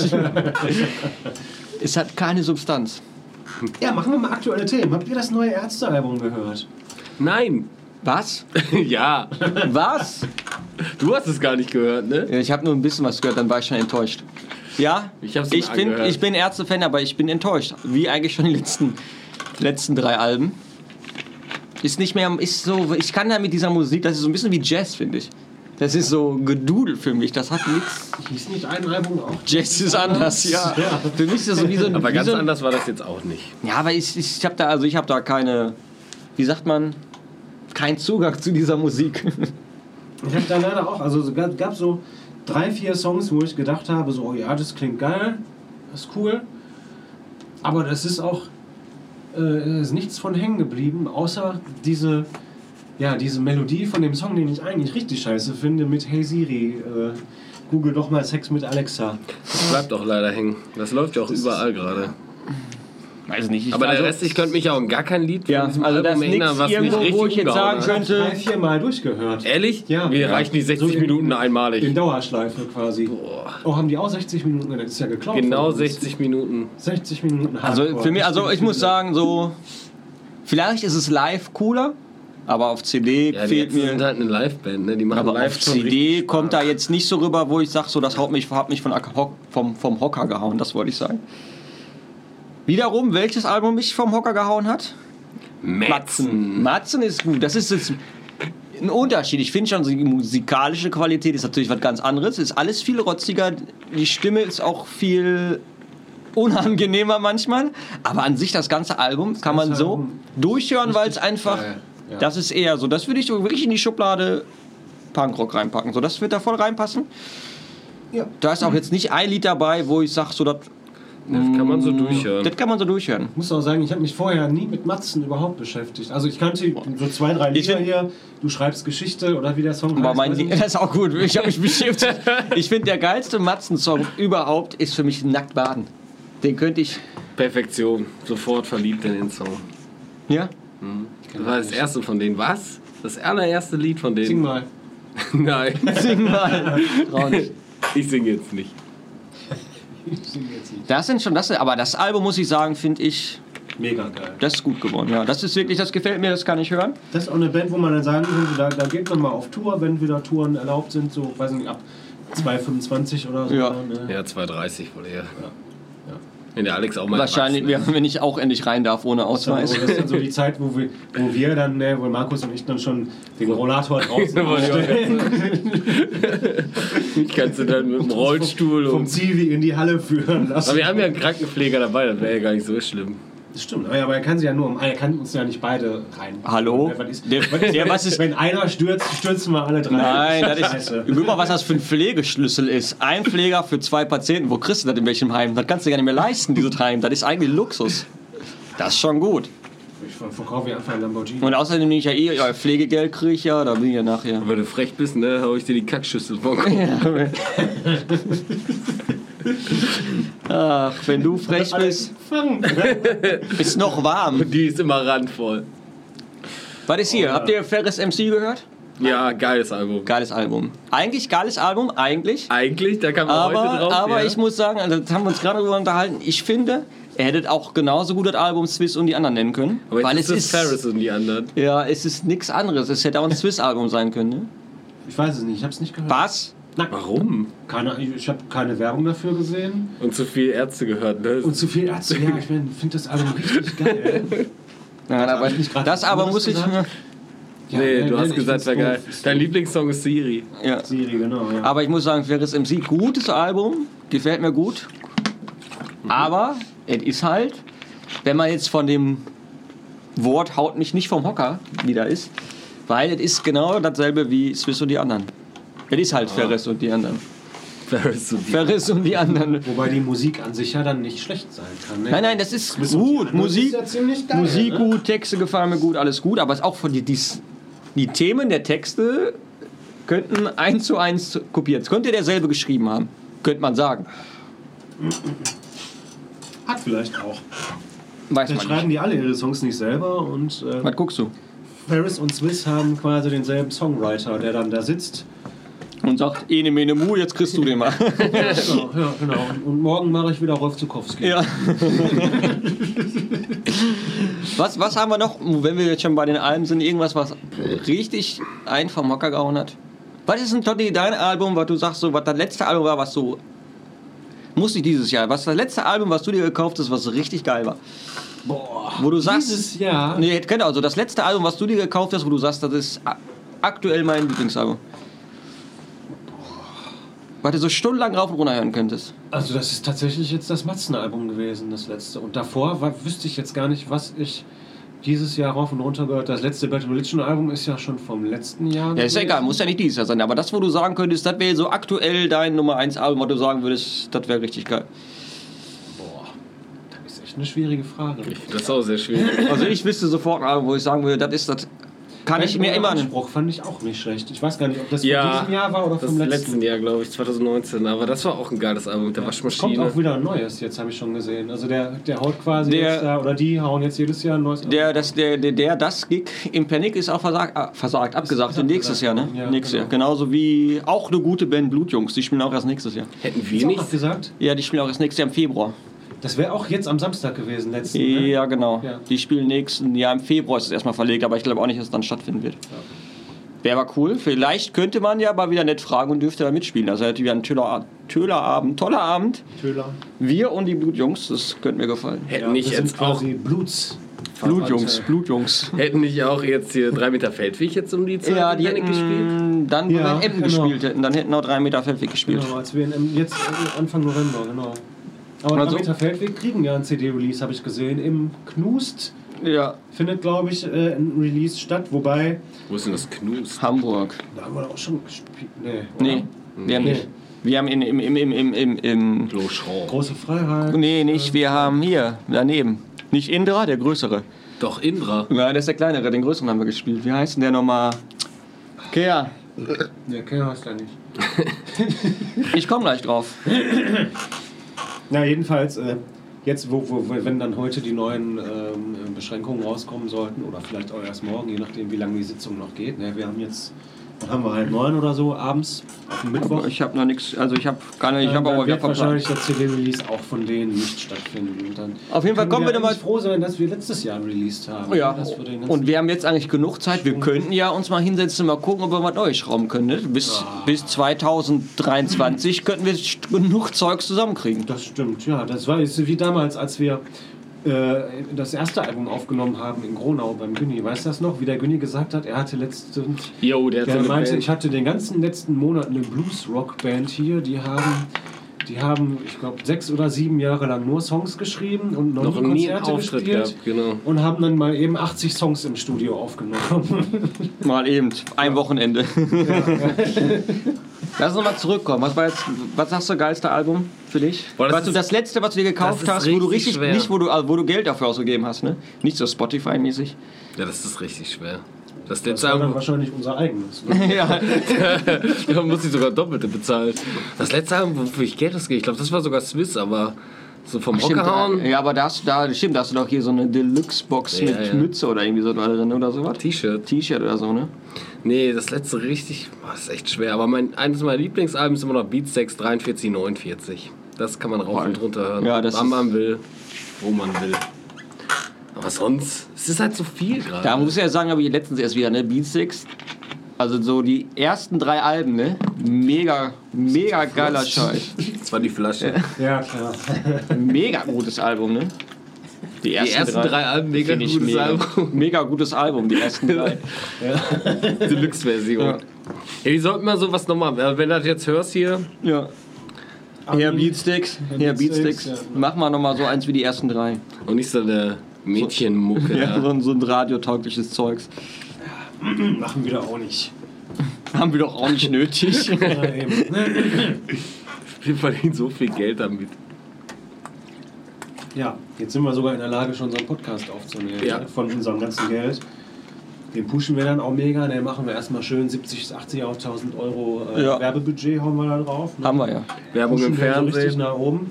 A: es hat keine Substanz.
B: Ja, machen wir mal aktuelle Themen. Habt ihr das neue Ärztealbum gehört?
C: Nein.
A: Was?
C: ja.
A: Was?
C: Du hast es gar nicht gehört, ne?
A: Ja, Ich habe nur ein bisschen was gehört, dann war ich schon enttäuscht. Ja,
C: Ich hab's mir
A: ich, bin,
C: angehört.
A: ich bin Ärzte-Fan, aber ich bin enttäuscht. Wie eigentlich schon die letzten, letzten drei Alben. Ist nicht mehr, ist so, ich kann da mit dieser Musik, das ist so ein bisschen wie Jazz, finde ich. Das ist so Gedudel für mich, das hat nichts.
B: Hieß nicht ein Album auch?
A: Jazz ist anders, ja.
B: Ja.
A: Für mich ist das so wie so ein.
C: Aber
A: wie
C: ganz
A: so ein,
C: anders war das jetzt auch nicht.
A: Ja, aber ich, ich habe da, also ich habe da keine, wie sagt man, keinen Zugang zu dieser Musik.
B: Ich habe da leider auch, also es gab, gab so drei, vier Songs, wo ich gedacht habe, so, oh ja, das klingt geil, das ist cool. Aber das ist auch, äh, ist nichts von hängen geblieben, außer diese, ja, diese Melodie von dem Song, den ich eigentlich richtig scheiße finde, mit Hey Siri, äh, Google doch mal Sex mit Alexa.
C: Das bleibt auch leider hängen. Das läuft ja auch überall gerade.
A: Weiß nicht. Ich
C: Aber
A: also,
C: der Rest, ich könnte mich ja auch an gar kein Lied von
A: Ja,
C: diesem
A: also da
C: Album
A: ist nichts
C: erinnern, was
A: irgendwo,
C: mich richtig
A: wo ich jetzt
C: umgehauen
A: sagen
C: hat.
A: könnte-
B: Drei, vier Mal durchgehört.
C: Ehrlich?
B: Ja.
C: Wir
B: Ja.
C: reichen die 60
B: So in-
C: Minuten
B: In
C: einmalig.
B: Dauerschleife quasi. Oh, haben die auch 60 Minuten? Das ist ja geklaut.
C: Genau
B: worden.
C: 60 Minuten.
B: 60 Minuten
A: also
B: Hardcore.
A: für mich, also ich muss
B: finde-
A: sagen, so vielleicht ist es live cooler, aber auf CD
C: Ja, die
A: fehlt
C: Ärzte
A: mir.
C: sind halt eine Liveband, ne? Die machen
A: Aber
C: live
A: auf
C: schon richtig-
A: CD kommt da jetzt nicht so rüber, wo ich sage, so, das haut mich, hat mich von, Acker- Hock- vom, vom Hocker gehauen, das wollte ich sagen. Wiederum, welches Album mich vom Hocker gehauen hat? Matzen. Matzen ist gut. Das ist jetzt ein Unterschied. Ich finde schon, so die musikalische Qualität ist natürlich was ganz anderes. Ist alles viel rotziger. Die Stimme ist auch viel unangenehmer manchmal. Aber an sich das ganze Album kann man
B: ganze
A: so
B: Album.
A: durchhören, weil es einfach.
B: geil, ja.
A: Das ist eher so. Das würde ich so wirklich in die Schublade Punkrock reinpacken. So, das wird da voll reinpassen.
B: Ja.
A: Da ist auch jetzt nicht ein Lied dabei, wo ich sage, so, das,
C: Das kann
A: Mm.
C: man so durchhören.
A: das kann man so durchhören.
B: Ich muss auch sagen, ich habe mich vorher nie mit Matzen überhaupt beschäftigt. Also ich kannte so zwei, drei
A: Ich
B: Lieder
A: find-
B: hier. Du schreibst Geschichte oder wie der Song
A: Aber
B: heißt,
A: mein
B: weiß
A: Lied,
B: ich nicht.
A: das ist auch gut. Ich habe mich beschäftigt. Ich finde, der geilste Matzen-Song überhaupt ist für mich Nackt baden. Den könnte ich.
C: Perfektion. Sofort verliebt in den Song.
A: Ja?
C: Das war das erste von denen. Was? Das allererste Lied von
B: Sing
C: denen.
B: mal.
C: Nein,
A: Sing mal. Trau nicht.
C: ich singe jetzt nicht.
B: Ich sing jetzt nicht.
A: Das sind schon das. Aber das Album, muss ich sagen, finde ich.
B: Mega geil.
A: Das ist gut geworden. Ja, das ist wirklich, das gefällt mir, das kann ich hören.
B: Das ist auch eine Band, wo man dann sagen könnte, da, da geht man mal auf Tour, wenn wieder Touren erlaubt sind, so weiß nicht, ab 2,25 oder so.
A: Ja.
B: Ne?
C: Ja, 2,30 wohl eher. Wenn der Alex auch mal
A: Wahrscheinlich,
C: erwachsen ist.
A: ja, wenn ich auch endlich rein darf ohne
B: So, das
A: Ausweis.
B: ist dann so die Zeit, wo wir, wo wir dann, ne, wo Markus und ich dann schon den Rollator draußen
C: Wollte ich auch
B: aufstellen.
C: Ich kannst du dann mit dem Rollstuhl
B: vom
C: und.
B: Zivi in die Halle führen lassen.
C: Aber wir haben ja einen Krankenpfleger dabei, das wäre ja gar nicht so schlimm.
B: Das stimmt, aber aber er kann sie ja nur um, er kann uns ja nicht beide rein.
A: Hallo?
B: Was ist,
A: Der-
B: was ist,
A: der-
B: wenn,
A: was ist-
B: wenn einer stürzt, stürzen wir alle drei.
A: Nein, das ist.
B: Scheiße.
A: Guck mal, was das für ein Pflegeschlüssel ist. Ein Pfleger für zwei Patienten. Wo kriegst du das in welchem Heim? Das kannst du gar nicht mehr leisten, dieses Heim. Das ist eigentlich Luxus. Das ist schon gut.
B: Ich ver- verkaufe hier einfach einen Lamborghini.
A: Und außerdem nehme ich ja eh euer Pflegegeld, kriege ich ja, da bin ich ja nachher.
C: Wenn du frech bist, ne, hau ich dir die Kackschüssel vor. den Kopf.
A: Ach, wenn du frech
B: Alle
A: bist,
B: fangen.
A: ist noch warm.
C: Die ist immer randvoll.
A: Was ist hier? Habt ihr Ferris MC gehört?
C: Ja, geiles Album.
A: Geiles Album. Eigentlich geiles Album, eigentlich.
C: Eigentlich, da kann man heute
A: Aber,
C: drauf.
A: aber
C: ja.
A: ich muss sagen, also, das haben wir uns gerade darüber unterhalten. Ich finde, ihr hättet auch genauso gut das Album Swiss und die anderen nennen können.
C: aber
A: weil
C: jetzt
A: es
C: ist es Ferris und die anderen.
A: Ja, es ist nichts anderes. Es hätte auch ein Swiss-Album sein können. Ne?
B: Ich weiß es nicht, ich habe es nicht gehört.
A: Was?
B: Nein,
C: Warum?
B: keine, ich habe keine Werbung dafür gesehen.
C: Und zu viel Ärzte gehört, ne?
B: Und zu viel Ärzte. Ja, ich finde das Album richtig geil.
A: Nein,
B: hab
A: aber
B: ich nicht gerade
A: das aber
B: anderes
A: muss ich.
B: gesagt. Ja,
C: nee,
B: nein,
C: du
B: nein,
C: hast
B: ich
C: gesagt,
B: find's
C: war geil.
B: doof. Ist
C: Dein
B: doof.
C: Lieblingssong ist Siri.
A: Ja.
B: Siri, genau. Ja.
A: Aber ich muss sagen, Ferris MC, gutes Album, gefällt mir gut. Aber es ist halt, wenn man jetzt von dem Wort haut mich nicht vom Hocker wieder ist, weil es ist genau dasselbe wie Swiss und die anderen. Es ist
B: Ah.
A: halt Ferris und die anderen.
C: Ferris und die
A: Ferris und die anderen.
B: Wobei die Musik an sich ja dann nicht schlecht sein kann. Ne?
A: Nein, nein, das ist
B: Bis auf die
A: gut.
B: anderen
A: Musik,
B: Ist ja ziemlich geil,
A: Musik
B: ne?
A: gut, Texte gefallen mir gut, alles gut, aber es ist auch von die, die, die Themen der Texte könnten eins zu eins kopiert. Es könnte derselbe geschrieben haben, könnte man sagen.
B: Hat vielleicht auch.
A: Weiß
B: Dann
A: man
B: schreiben
A: nicht.
B: die alle ihre Songs nicht selber und äh,
A: Was guckst du?
B: Ferris und Swiss haben quasi denselben Songwriter, der dann da sitzt.
A: Und sagt, ene mene mu, jetzt kriegst du den mal.
B: genau, ja, genau. Und morgen mache ich wieder Rolf Zukowski.
A: ja. was, was haben wir noch, wenn wir jetzt schon bei den Alben sind, irgendwas, was richtig einen vom Hocker gehauen hat? Was ist denn, Totti, dein Album, was du sagst, so, was das letzte Album war, was so. Muss ich dieses Jahr. Was das letzte Album, was du dir gekauft hast, was richtig geil war?
B: Boah.
A: Wo du sagst.
B: Dieses Jahr.
A: Nee, genau, also das letzte Album, was du dir gekauft hast, wo du sagst, das ist a- aktuell mein Lieblingsalbum. Was du so stundenlang rauf und runter hören könntest.
B: Also das ist tatsächlich jetzt das Matzen-Album gewesen, das letzte. Und davor war, wüsste ich jetzt gar nicht, was ich dieses Jahr rauf und runter gehört. Das letzte Bad Religion Album ist ja schon vom letzten Jahr.
A: Ja, ist
B: gewesen.
A: ja egal, muss ja nicht dieses Jahr sein. Aber das, wo du sagen könntest, das wäre so aktuell dein Nummer 1 Album, was du sagen würdest, das wäre richtig geil.
B: Boah, das ist echt eine schwierige Frage.
C: Das ist auch sehr schwierig.
A: Also ich wüsste sofort ein Album, wo ich sagen würde, das ist das. Kann ich mir immer.
B: Spruch fand ich auch nicht schlecht. Ich weiß gar nicht, ob das von
C: Ja,
B: diesem Jahr war oder
C: das
B: vom letzten.
C: letzten Jahr, glaube ich, 2019. Aber das war auch ein geiles Album mit der
B: Kommt
C: Waschmaschine.
B: auch wieder ein neues, jetzt habe ich schon gesehen. Also der, der haut quasi
A: Der-
B: jetzt da, oder die hauen jetzt jedes Jahr ein neues.
A: Der, das, der, der, der, das Gig im Panic ist auch versagt, ah, versagt abgesagt.
B: abgesagt
A: nächstes Jahr, ne?
B: worden, ja,
A: nächstes
B: genau.
A: Jahr. Genauso wie auch eine gute Band Blutjungs. Die spielen auch erst nächstes Jahr.
C: Hätten
B: Ist
C: wir
B: auch
C: nicht.
B: abgesagt.
A: Ja, die spielen auch erst nächstes Jahr im Februar.
B: Das wäre auch jetzt am Samstag gewesen, letzten. ne?
A: Ja, genau.
B: Ja.
A: Die spielen nächsten Jahr im Februar ist es erstmal verlegt, aber ich glaube auch nicht, dass es dann stattfinden wird. Wäre aber cool. Vielleicht könnte man ja mal wieder nett fragen und dürfte da mitspielen. Also hätte wieder ein Töler, Tölerabend, toller Abend.
B: Töler.
A: Wir und die Blutjungs, das könnte mir gefallen.
C: Hätten
B: wir
C: nicht
B: sind
C: jetzt auch.
B: quasi Bluts.
A: Blutjungs,
B: Verwandte.
A: Blutjungs.
C: Hätten nicht auch jetzt hier 3 Meter Feldweg jetzt um die Zeit
A: Ja, die
C: mit
A: hätten
C: Panic gespielt?
A: dann wo
B: Ja,
A: wir in Emden
B: genau.
A: gespielt hätten, dann hätten auch drei Meter Feldweg gespielt.
B: Genau, als wir in, im- jetzt äh, Anfang November, genau. Aber also,
A: Also-
B: Peter Feldweg kriegen ja ein CD-Release, habe ich gesehen. Im Knust
A: Ja,
B: findet, glaube ich, äh, ein Release statt, wobei.
C: Wo ist denn das Knus?
A: Hamburg.
B: Da haben wir doch auch schon gespielt. Nee. oder?
A: Nee, wir haben
B: Nee.
A: nicht. Wir haben in, im, im, im, im, im, im
C: Gloschrau.
B: Große Freiheit.
A: Nee, nicht, wir haben hier, daneben. Nicht Indra, der größere.
C: Doch, Indra.
A: Nein, das ist der kleinere, den größeren haben wir gespielt. Wie heißt denn der nochmal? Kea.
B: Nee, kennen wir es da nicht.
A: Ich komme gleich drauf.
B: Na, jedenfalls, äh, jetzt, wo, wo, wo- wenn dann heute die neuen ähm, Beschränkungen rauskommen sollten, oder vielleicht auch erst morgen, je nachdem, wie lange die Sitzung noch geht. Ne, wir haben jetzt, wann haben wir halb neun oder so abends, auf dem Mittwoch.
A: Ich habe noch nichts, also ich habe gar nicht, ich habe
B: Dann
A: aber wieder
B: wird wahrscheinlich
A: verplant.
B: das CD-Release auch von denen nicht stattfinden. Und dann
A: Auf jeden Fall
B: können
A: kommen wir nochmal-
B: eigentlich froh sein, dass wir letztes Jahr released haben.
A: Ja,
B: dass wir den ganzen-
A: und wir haben jetzt eigentlich genug Zeit. Wir könnten ja uns mal hinsetzen und mal gucken, ob wir was Neues schrauben können. Ne? Bis,
B: Ah.
A: bis 2023 könnten wir st- genug Zeug zusammenkriegen.
B: das stimmt, ja. Das war jetzt wie damals, als wir äh, das erste Album aufgenommen haben in Gronau beim Günni. Weißt du das noch? Wie der Günni gesagt hat, er hatte letztens
C: Jo, der hat
B: Ja,
C: so
B: er
C: eine
B: meinte,
C: Band.
B: ich hatte den ganzen letzten Monat eine Blues-Rock-Band hier, die haben, die haben, ich glaube, sechs oder sieben Jahre lang nur Songs geschrieben und noch,
C: Noch
B: nie
C: nie einen
B: Konzerte
C: Auftritt
B: gespielt
C: gehabt, genau.
B: und haben dann mal eben 80 Songs im Studio aufgenommen.
A: Mal eben, ein Wochenende. Lass uns mal zurückkommen. Was war jetzt, was sagst du, geilste Album für dich?
C: Boah, das
A: was du
C: ist-
A: das letzte, was du dir
C: das
A: gekauft
C: ist
A: hast, wo du
C: richtig
A: richtig,
C: schwer.
A: nicht wo du, also wo du Geld dafür ausgegeben hast, ne? Nicht so Spotify-mäßig.
C: Ja, das ist richtig schwer. Das
B: Das
C: letzte
B: war dann
C: Album,
B: wahrscheinlich unser eigenes. ne?
A: ja.
C: da muss ich sogar doppelte bezahlen. Das letzte Album, wofür ich Geld ausgebe, ich glaube, das war sogar Swiss, aber so vom
A: Stimmt, äh,
C: Hocker hauen,
A: ja, aber da hast, du- da, stimmt, da hast du doch hier so eine Deluxe-Box
C: Ja,
A: mit
C: ja.
A: Mütze oder irgendwie so drin oder sowas.
C: T-Shirt.
A: T-Shirt oder so, ne?
C: Nee, das letzte richtig, boah, das ist echt schwer. Aber mein, eines meiner Lieblingsalben ist immer noch Beatsex 43, 49. Das kann man rauf
A: Voll.
C: und runter hören.
A: Ja, das
C: wann
A: ist-
C: man will, wo man will. Aber sonst, es ist halt so viel gerade.
A: Da muss ich ja sagen, habe ich letztens erst wieder, ne? Beatsticks. Also so die ersten drei Alben, ne? Mega, mega geiler Scheiß.
C: Das war die Flasche.
B: Ja, klar.
A: Mega gutes Album, ne? Die
C: Die ersten drei, Alben, mega
A: Finde ich
C: gutes
A: mega.
C: Album.
A: Mega gutes Album, die ersten drei.
C: Deluxe-Version.
A: Ja.
C: Ja. Ey, die sollten mal sowas nochmal, äh, wenn du das jetzt hörst hier,
A: ja. Herr Beatsticks, Herr
B: Herr
A: Beatsticks,
B: Beatsticks, ja.
A: mach mal nochmal so eins wie die ersten drei.
C: und nicht so eine Mädchenmucke.
A: Ja,
C: ja.
A: so, ein, so ein radiotaugliches Zeugs.
B: Machen wir da auch nicht.
A: Haben wir doch auch nicht nötig.
B: Ja, eben.
C: Wir verdienen so viel Geld damit.
B: ja, jetzt sind wir sogar in der Lage, schon so einen Podcast aufzunehmen.
C: Ja.
B: ne? Von unserem ganzen Geld. Den pushen wir dann auch mega. Den machen wir erstmal schön 70, 80, auch 1000 Euro äh,
A: Ja.
B: Werbebudget hauen wir da drauf. ne?
A: Haben wir ja.
C: Werbung im
B: Pushen wir so richtig
C: Fernsehen.
B: nach oben.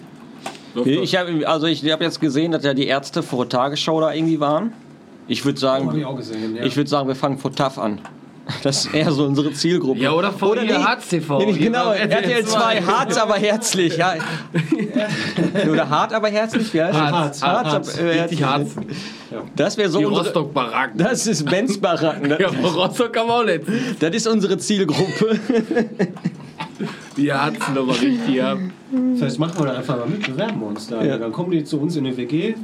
A: Ich habe also ich habe jetzt gesehen, dass ja die Ärzte vor der Tagesschau da irgendwie waren. Ich würde
B: Habe ich
A: sagen,
B: auch gesehen. Ja.
A: ich würde sagen, wir fangen vor TAF an. Das ist eher so unsere Zielgruppe.
C: Ja, oder vor
A: Oder
C: ihr
A: nee.
C: Harz TV.
A: Nee, nicht
C: Die
A: genau,
C: war
A: RTL 2, hart, aber herzlich. Ja. Oder hart, aber herzlich, wie heißt das?
C: Harz, Harz,
A: Harz,
C: Harz,
A: aber äh,
C: richtig Harz.
A: Das wäre so
C: Die
A: unsere,
C: Rostock-Baracken.
A: Das ist Benz Baracken. Ne?
C: Ja, von Rostock am auch nicht.
A: Das ist unsere Zielgruppe.
C: Die hat's nochmal richtig ab.
B: Vielleicht machen wir da einfach mal mit, bewerben wir uns da.
A: Ja.
B: Dann kommen die zu uns in eine WG,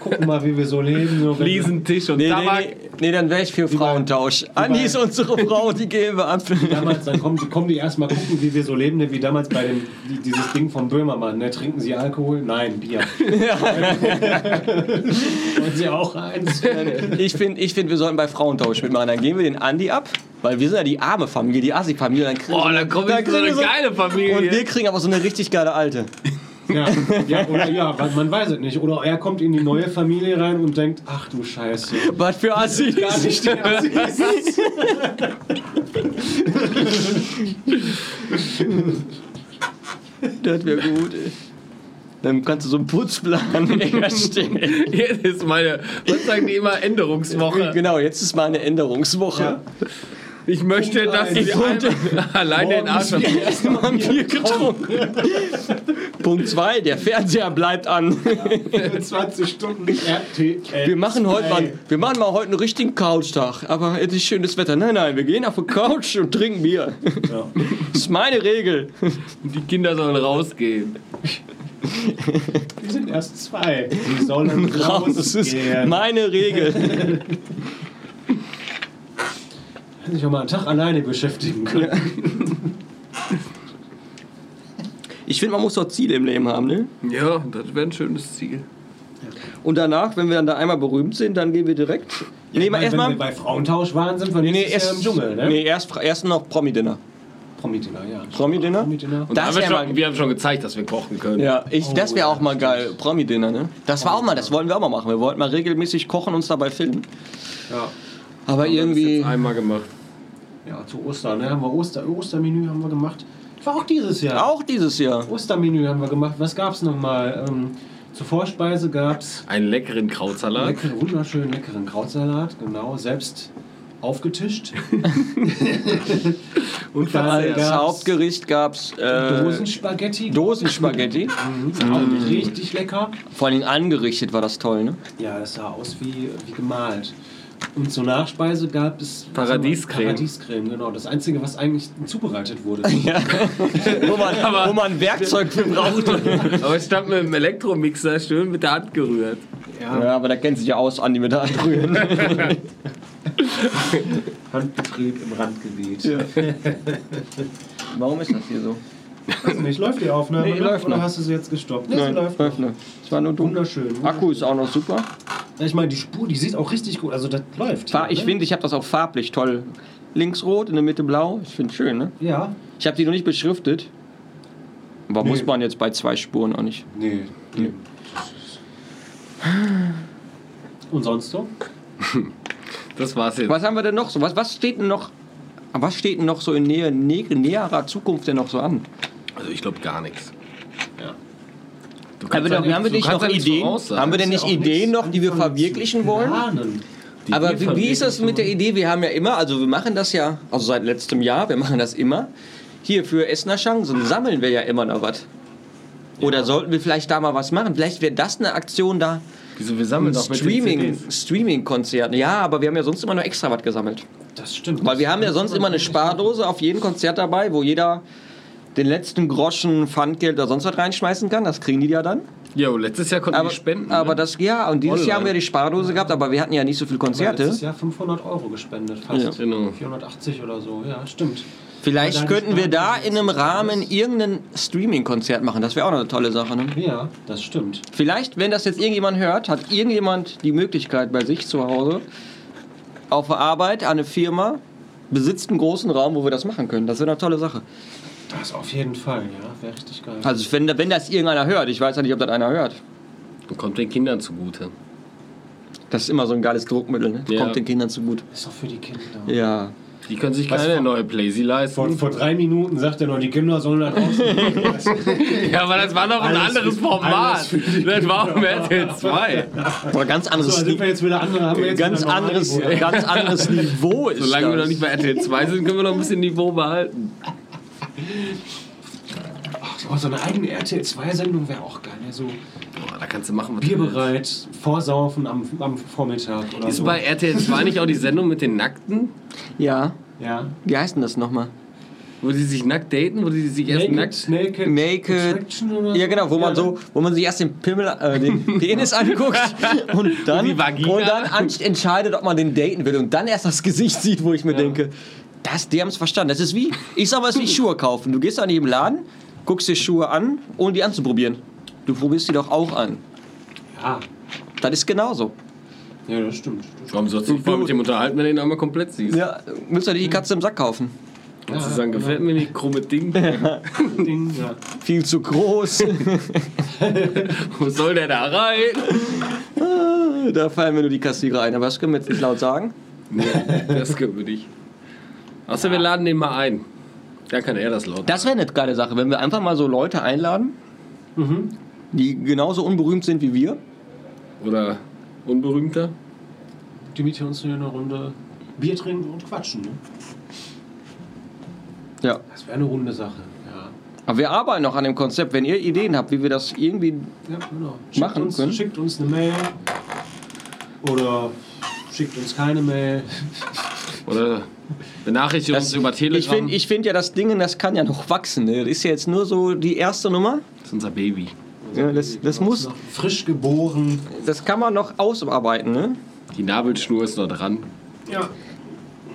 B: Gucken mal, wie wir so leben. So wenn-
C: Fliesentisch und
A: Nee,
C: Tabak.
A: nee, nee, nee, dann wäre ich für Frauentausch. Anni ist unsere Frau, die gehen wir ab.
B: Damals, dann kommen, die- kommen die erstmal gucken, wie wir so leben, ne? wie damals bei dem, die- dieses Ding vom Böhmermann. Ne? Trinken sie Alkohol? Nein, Bier. Wollen sie auch eins?
A: Ich finde, ich find, wir sollten bei Frauentausch mitmachen. Dann gehen wir den Andi ab, weil wir sind ja die arme Familie, die Assi-Familie. Dann kriegen
C: Boah, Oh, da kommt
A: Dann
C: so eine
A: kriegen wir so-
C: geile Familie.
A: und wir kriegen aber so eine richtig geile Alte.
B: Ja, ja, oder ja, man- man weiß es nicht. Oder er kommt in die neue Familie rein und denkt, ach du Scheiße.
A: Was für Assi.
B: Gar nicht der Assis.
A: Das wäre gut, ey. Dann kannst du so einen Putzplan erstellen.
C: Jetzt ist meine, was sagen die immer, Änderungswoche.
A: Genau, jetzt ist mal eine Änderungswoche.
B: Ja.
C: Ich möchte,
B: Punkt
C: dass
B: eins.
C: ich allein den Arsch
B: Morgen
C: ab-
A: Erstmal ein Bier getrunken. Punkt 2, der Fernseher bleibt an.
B: 20 Stunden RTL.
A: Wir machen heute mal,
B: Play.
A: wir machen mal heute einen richtigen Couchtag. Aber es ist schönes Wetter. Nein, nein, wir gehen auf die Couch und trinken Bier.
B: Ja.
A: Das ist meine Regel.
C: Die Kinder sollen rausgehen.
B: Die sind erst zwei. Die sollen
A: Raus, das ist
B: rausgehen.
A: meine Regel.
B: Hätten sich auch um mal einen Tag alleine beschäftigen können.
A: Ich finde, man muss doch Ziele im Leben haben, ne?
C: Ja, das wäre ein schönes Ziel.
A: Und danach, wenn wir dann da einmal berühmt sind, dann gehen wir direkt. nee,
B: Weil,
A: mal
B: Wenn
A: erstmal.
B: wir bei Frauentausch waren, sind wir nächstes
A: Nee,
B: Jahr
A: erst,
B: im Dschungel, ne?
A: nee erst, erst noch Promi-Dinner.
B: Promi-Dinner, ja. ne?
A: Promi-Dinner?
B: Promi-Dinner. Oh,
C: Und da haben
A: Das
C: wir,
A: wär
C: schon,
A: mal-
C: wir haben schon gezeigt, dass wir kochen können.
A: Ja, ich, das wäre
B: ja,
A: auch mal geil. Promi-Dinner, ne? Das war auch mal, das wollen wir auch mal machen. Wir wollten mal regelmäßig kochen und uns dabei filmen.
B: Ja.
A: Aber
C: Wir haben das
A: irgendwie.
C: jetzt einmal gemacht.
B: ja, zu Ostern, ne? Haben wir Oster, Ostermenü haben wir gemacht. War auch dieses Jahr.
A: Auch dieses Jahr.
B: Ostermenü haben wir gemacht. Was gab's nochmal? Ähm, zur Vorspeise gab's
C: Einen leckeren Krautsalat.
B: leckere, wunderschönen leckeren Krautsalat, genau, selbst aufgetischt.
C: Und
B: Dann
A: Als
B: gab's
A: Hauptgericht gab's äh,
B: Dosenspaghetti.
A: Dosenspaghetti.
B: Auch richtig lecker.
A: Vor allem angerichtet war das toll, ne?
B: Ja, das sah aus wie, wie gemalt. Und zur Nachspeise gab es
C: Paradiescreme.
B: Paradiescreme, genau. Das einzige, was eigentlich zubereitet wurde.
A: Ja. wo, man, wo man Werkzeug für brauchte.
C: Aber es stand mit dem Elektromixer schön mit der Hand gerührt.
A: ja, aber da kennt sich ja aus, Andi mit der Hand rühren.
B: Handbetrieb im Randgebiet.
A: Warum ist das hier so?
B: Nicht, läuft die Aufnahme?
A: Nee,
B: noch?
A: läuft
B: Oder
A: noch.
B: hast du sie jetzt gestoppt? Nee, sie läuft. noch.
A: noch. Es war nur dumm.
B: Wunderschön.
A: Akku ist auch noch super.
B: Ja, Ich meine, die Spur, die sieht auch richtig gut. Also das läuft.
A: Fa-
B: hier,
A: Ich
B: ne?
A: finde, ich habe das auch farblich toll. Links rot, in der Mitte blau. Ich finde schön, ne?
B: Ja.
A: Ich habe die noch nicht beschriftet. Aber
B: Nee.
A: muss man jetzt bei zwei Spuren auch nicht.
B: Nee. nee.
A: Hm.
B: Und sonst so?
C: Das war's jetzt.
A: Was haben wir denn noch so? Was, was steht denn noch? Was steht denn noch so in nähe, nä- näherer Zukunft denn noch so an?
C: Also ich glaube gar nichts.
B: Ja.
C: Du
A: Haben wir,
C: ja
A: doch, haben wir
C: du
A: nicht
C: kannst
A: noch
C: ja nichts
A: Ideen?
C: voraussagen.
A: Haben wir denn
B: Ist
A: nicht
B: ja auch
A: Ideen
B: nichts
A: noch, die wir
B: anfangen
A: verwirklichen
B: zu
A: wollen?
B: planen.
C: Die
A: Aber
C: wir
A: wie, wie ist das
C: verwirklichen
A: mit der
C: wollen.
A: Idee? Wir haben ja immer, also wir machen das ja, also seit letztem Jahr, wir machen das immer. Hier für Essener Chancen sammeln wir ja immer noch was. Oder sollten wir vielleicht da mal was machen? Vielleicht wäre das eine Aktion da.
C: Wieso wir sammeln doch mit den
A: Streaming-
C: CDs.
A: Streaming-Konzerten. ja, aber wir haben ja sonst immer noch extra was gesammelt.
B: Das stimmt.
A: Weil wir haben ja sonst immer eine Spardose auf jedem Konzert dabei, wo jeder den letzten Groschen, Pfandgeld oder sonst was reinschmeißen kann. Das kriegen die ja dann.
C: Jo, letztes Jahr konnten
A: Aber,
C: wir spenden.
A: aber
C: ne?
A: das, ja, und dieses
C: Online.
A: Jahr haben wir die Spardose gehabt, aber wir hatten ja nicht so viele Konzerte.
B: letztes Jahr 500 Euro gespendet, fast.
A: Ja.
C: Genau.
B: 480 oder so, ja, stimmt.
A: Vielleicht
B: Aber dann
A: könnten wir da
B: starten wir
A: in einem
B: jetzt
A: Rahmen
B: alles.
A: irgendein Streaming-Konzert machen. Das wäre auch noch eine tolle Sache. Ne?
B: Ja, das stimmt.
A: Vielleicht, wenn das jetzt irgendjemand hört, hat irgendjemand die Möglichkeit bei sich zu Hause, auf der Arbeit, an eine Firma, besitzt einen großen Raum, wo wir das machen können. Das wäre eine tolle Sache.
B: Das auf jeden Fall, ja, wäre richtig geil.
A: Also wenn, wenn das irgendeiner hört, ich weiß ja nicht, ob das einer hört.
C: Und kommt den Kindern zugute.
A: Das ist immer so ein geiles Druckmittel, ne? Das
C: Ja.
A: Kommt den Kindern zu gut.
B: Ist doch für die Kinder.
A: Ja.
C: Die können sich
B: Was
C: keine
B: vor-
C: neue Playsee
B: Vor,
C: leisten.
B: vor drei Minuten sagt er noch, die Kinder sollen halt da draußen.
C: Ja, aber das war doch ein
B: Alles
C: anderes
B: für-
C: Format.
B: alles für die
C: Das war auf RTL 2.
A: Aber ganz
B: so,
A: anderes,
B: da sind wir jetzt wieder andere, haben wir jetzt
A: ganz
B: wieder normal-
A: anderes, ganz anderes Niveau ist
C: Solange
A: das.
C: wir noch nicht bei RTL 2 sind, können wir noch ein bisschen Niveau behalten.
B: Ach, Oh, so eine eigene RTL 2-Sendung wäre auch geil. Ja, so
C: Boah, da kannst du machen, was du willst.
B: bierbereit, vorsaufen am, am Vormittag oder
C: Ist
B: so.
C: bei RTL 2 nicht auch die Sendung mit den Nackten?
A: ja,
B: ja,
A: wie heißt denn das nochmal?
C: Wo die sich nackt daten, wo die sich erst nackt.
B: Naked,
A: Naked.
B: Attraction oder
A: Ja, genau, wo man
B: Ja,
A: so, wo man sich erst den Pimmel, äh, den Penis anguckt und dann,
C: Und die Vagina.
A: und dann an- entscheidet, ob man den daten will und dann erst das Gesicht sieht, wo ich mir denke, das, die haben es verstanden. Das ist wie, ich sag mal, es ist wie Schuhe kaufen. Du gehst an jedem Laden, guckst dir Schuhe an, ohne die anzuprobieren. Du probierst die doch auch an.
B: Ja.
A: Das ist genauso.
B: ja, das stimmt. Das
C: Warum sollst du dich vorher mit dem unterhalten, wenn du ihn einmal komplett siehst?
A: Ja, müsst ihr nicht die Katze im Sack kaufen.
C: Und zu sagen, gefällt mir nicht, krumme Ding.
B: stimmt. Ding, ja.
A: Viel zu groß.
C: Wo soll der da rein?
A: Ah, da fallen mir nur die Kassierer ein. Aber das können wir jetzt nicht laut sagen.
C: Nee, das können wir nicht. Außer wir laden den mal ein. Dann kann er das laut.
A: Das wäre eine geile Sache, wenn wir einfach mal so Leute einladen, Mhm. die genauso unberühmt sind wie wir.
C: Oder unberühmter.
B: Die mieten uns hier eine Runde Bier trinken und quatschen. Ne?
A: Ja.
B: Das wäre eine runde Sache. Ja,
A: Aber wir arbeiten noch an dem Konzept. Wenn ihr Ideen habt, wie wir das irgendwie.
B: ja genau. Schickt
A: Machen
B: uns,
A: können.
B: Schickt uns eine Mail. Oder schickt uns keine Mail.
C: Oder benachrichtigt uns über Telegram.
A: Ich finde ich find ja, das Ding, das kann ja noch wachsen. Ne? Das ist ja jetzt nur so die erste Nummer.
C: das ist unser Baby.
A: Ja, das, das muss.
B: Noch frisch geboren.
A: Das kann man noch ausarbeiten, ne?
C: Die Nabelschnur ist noch dran.
B: Ja.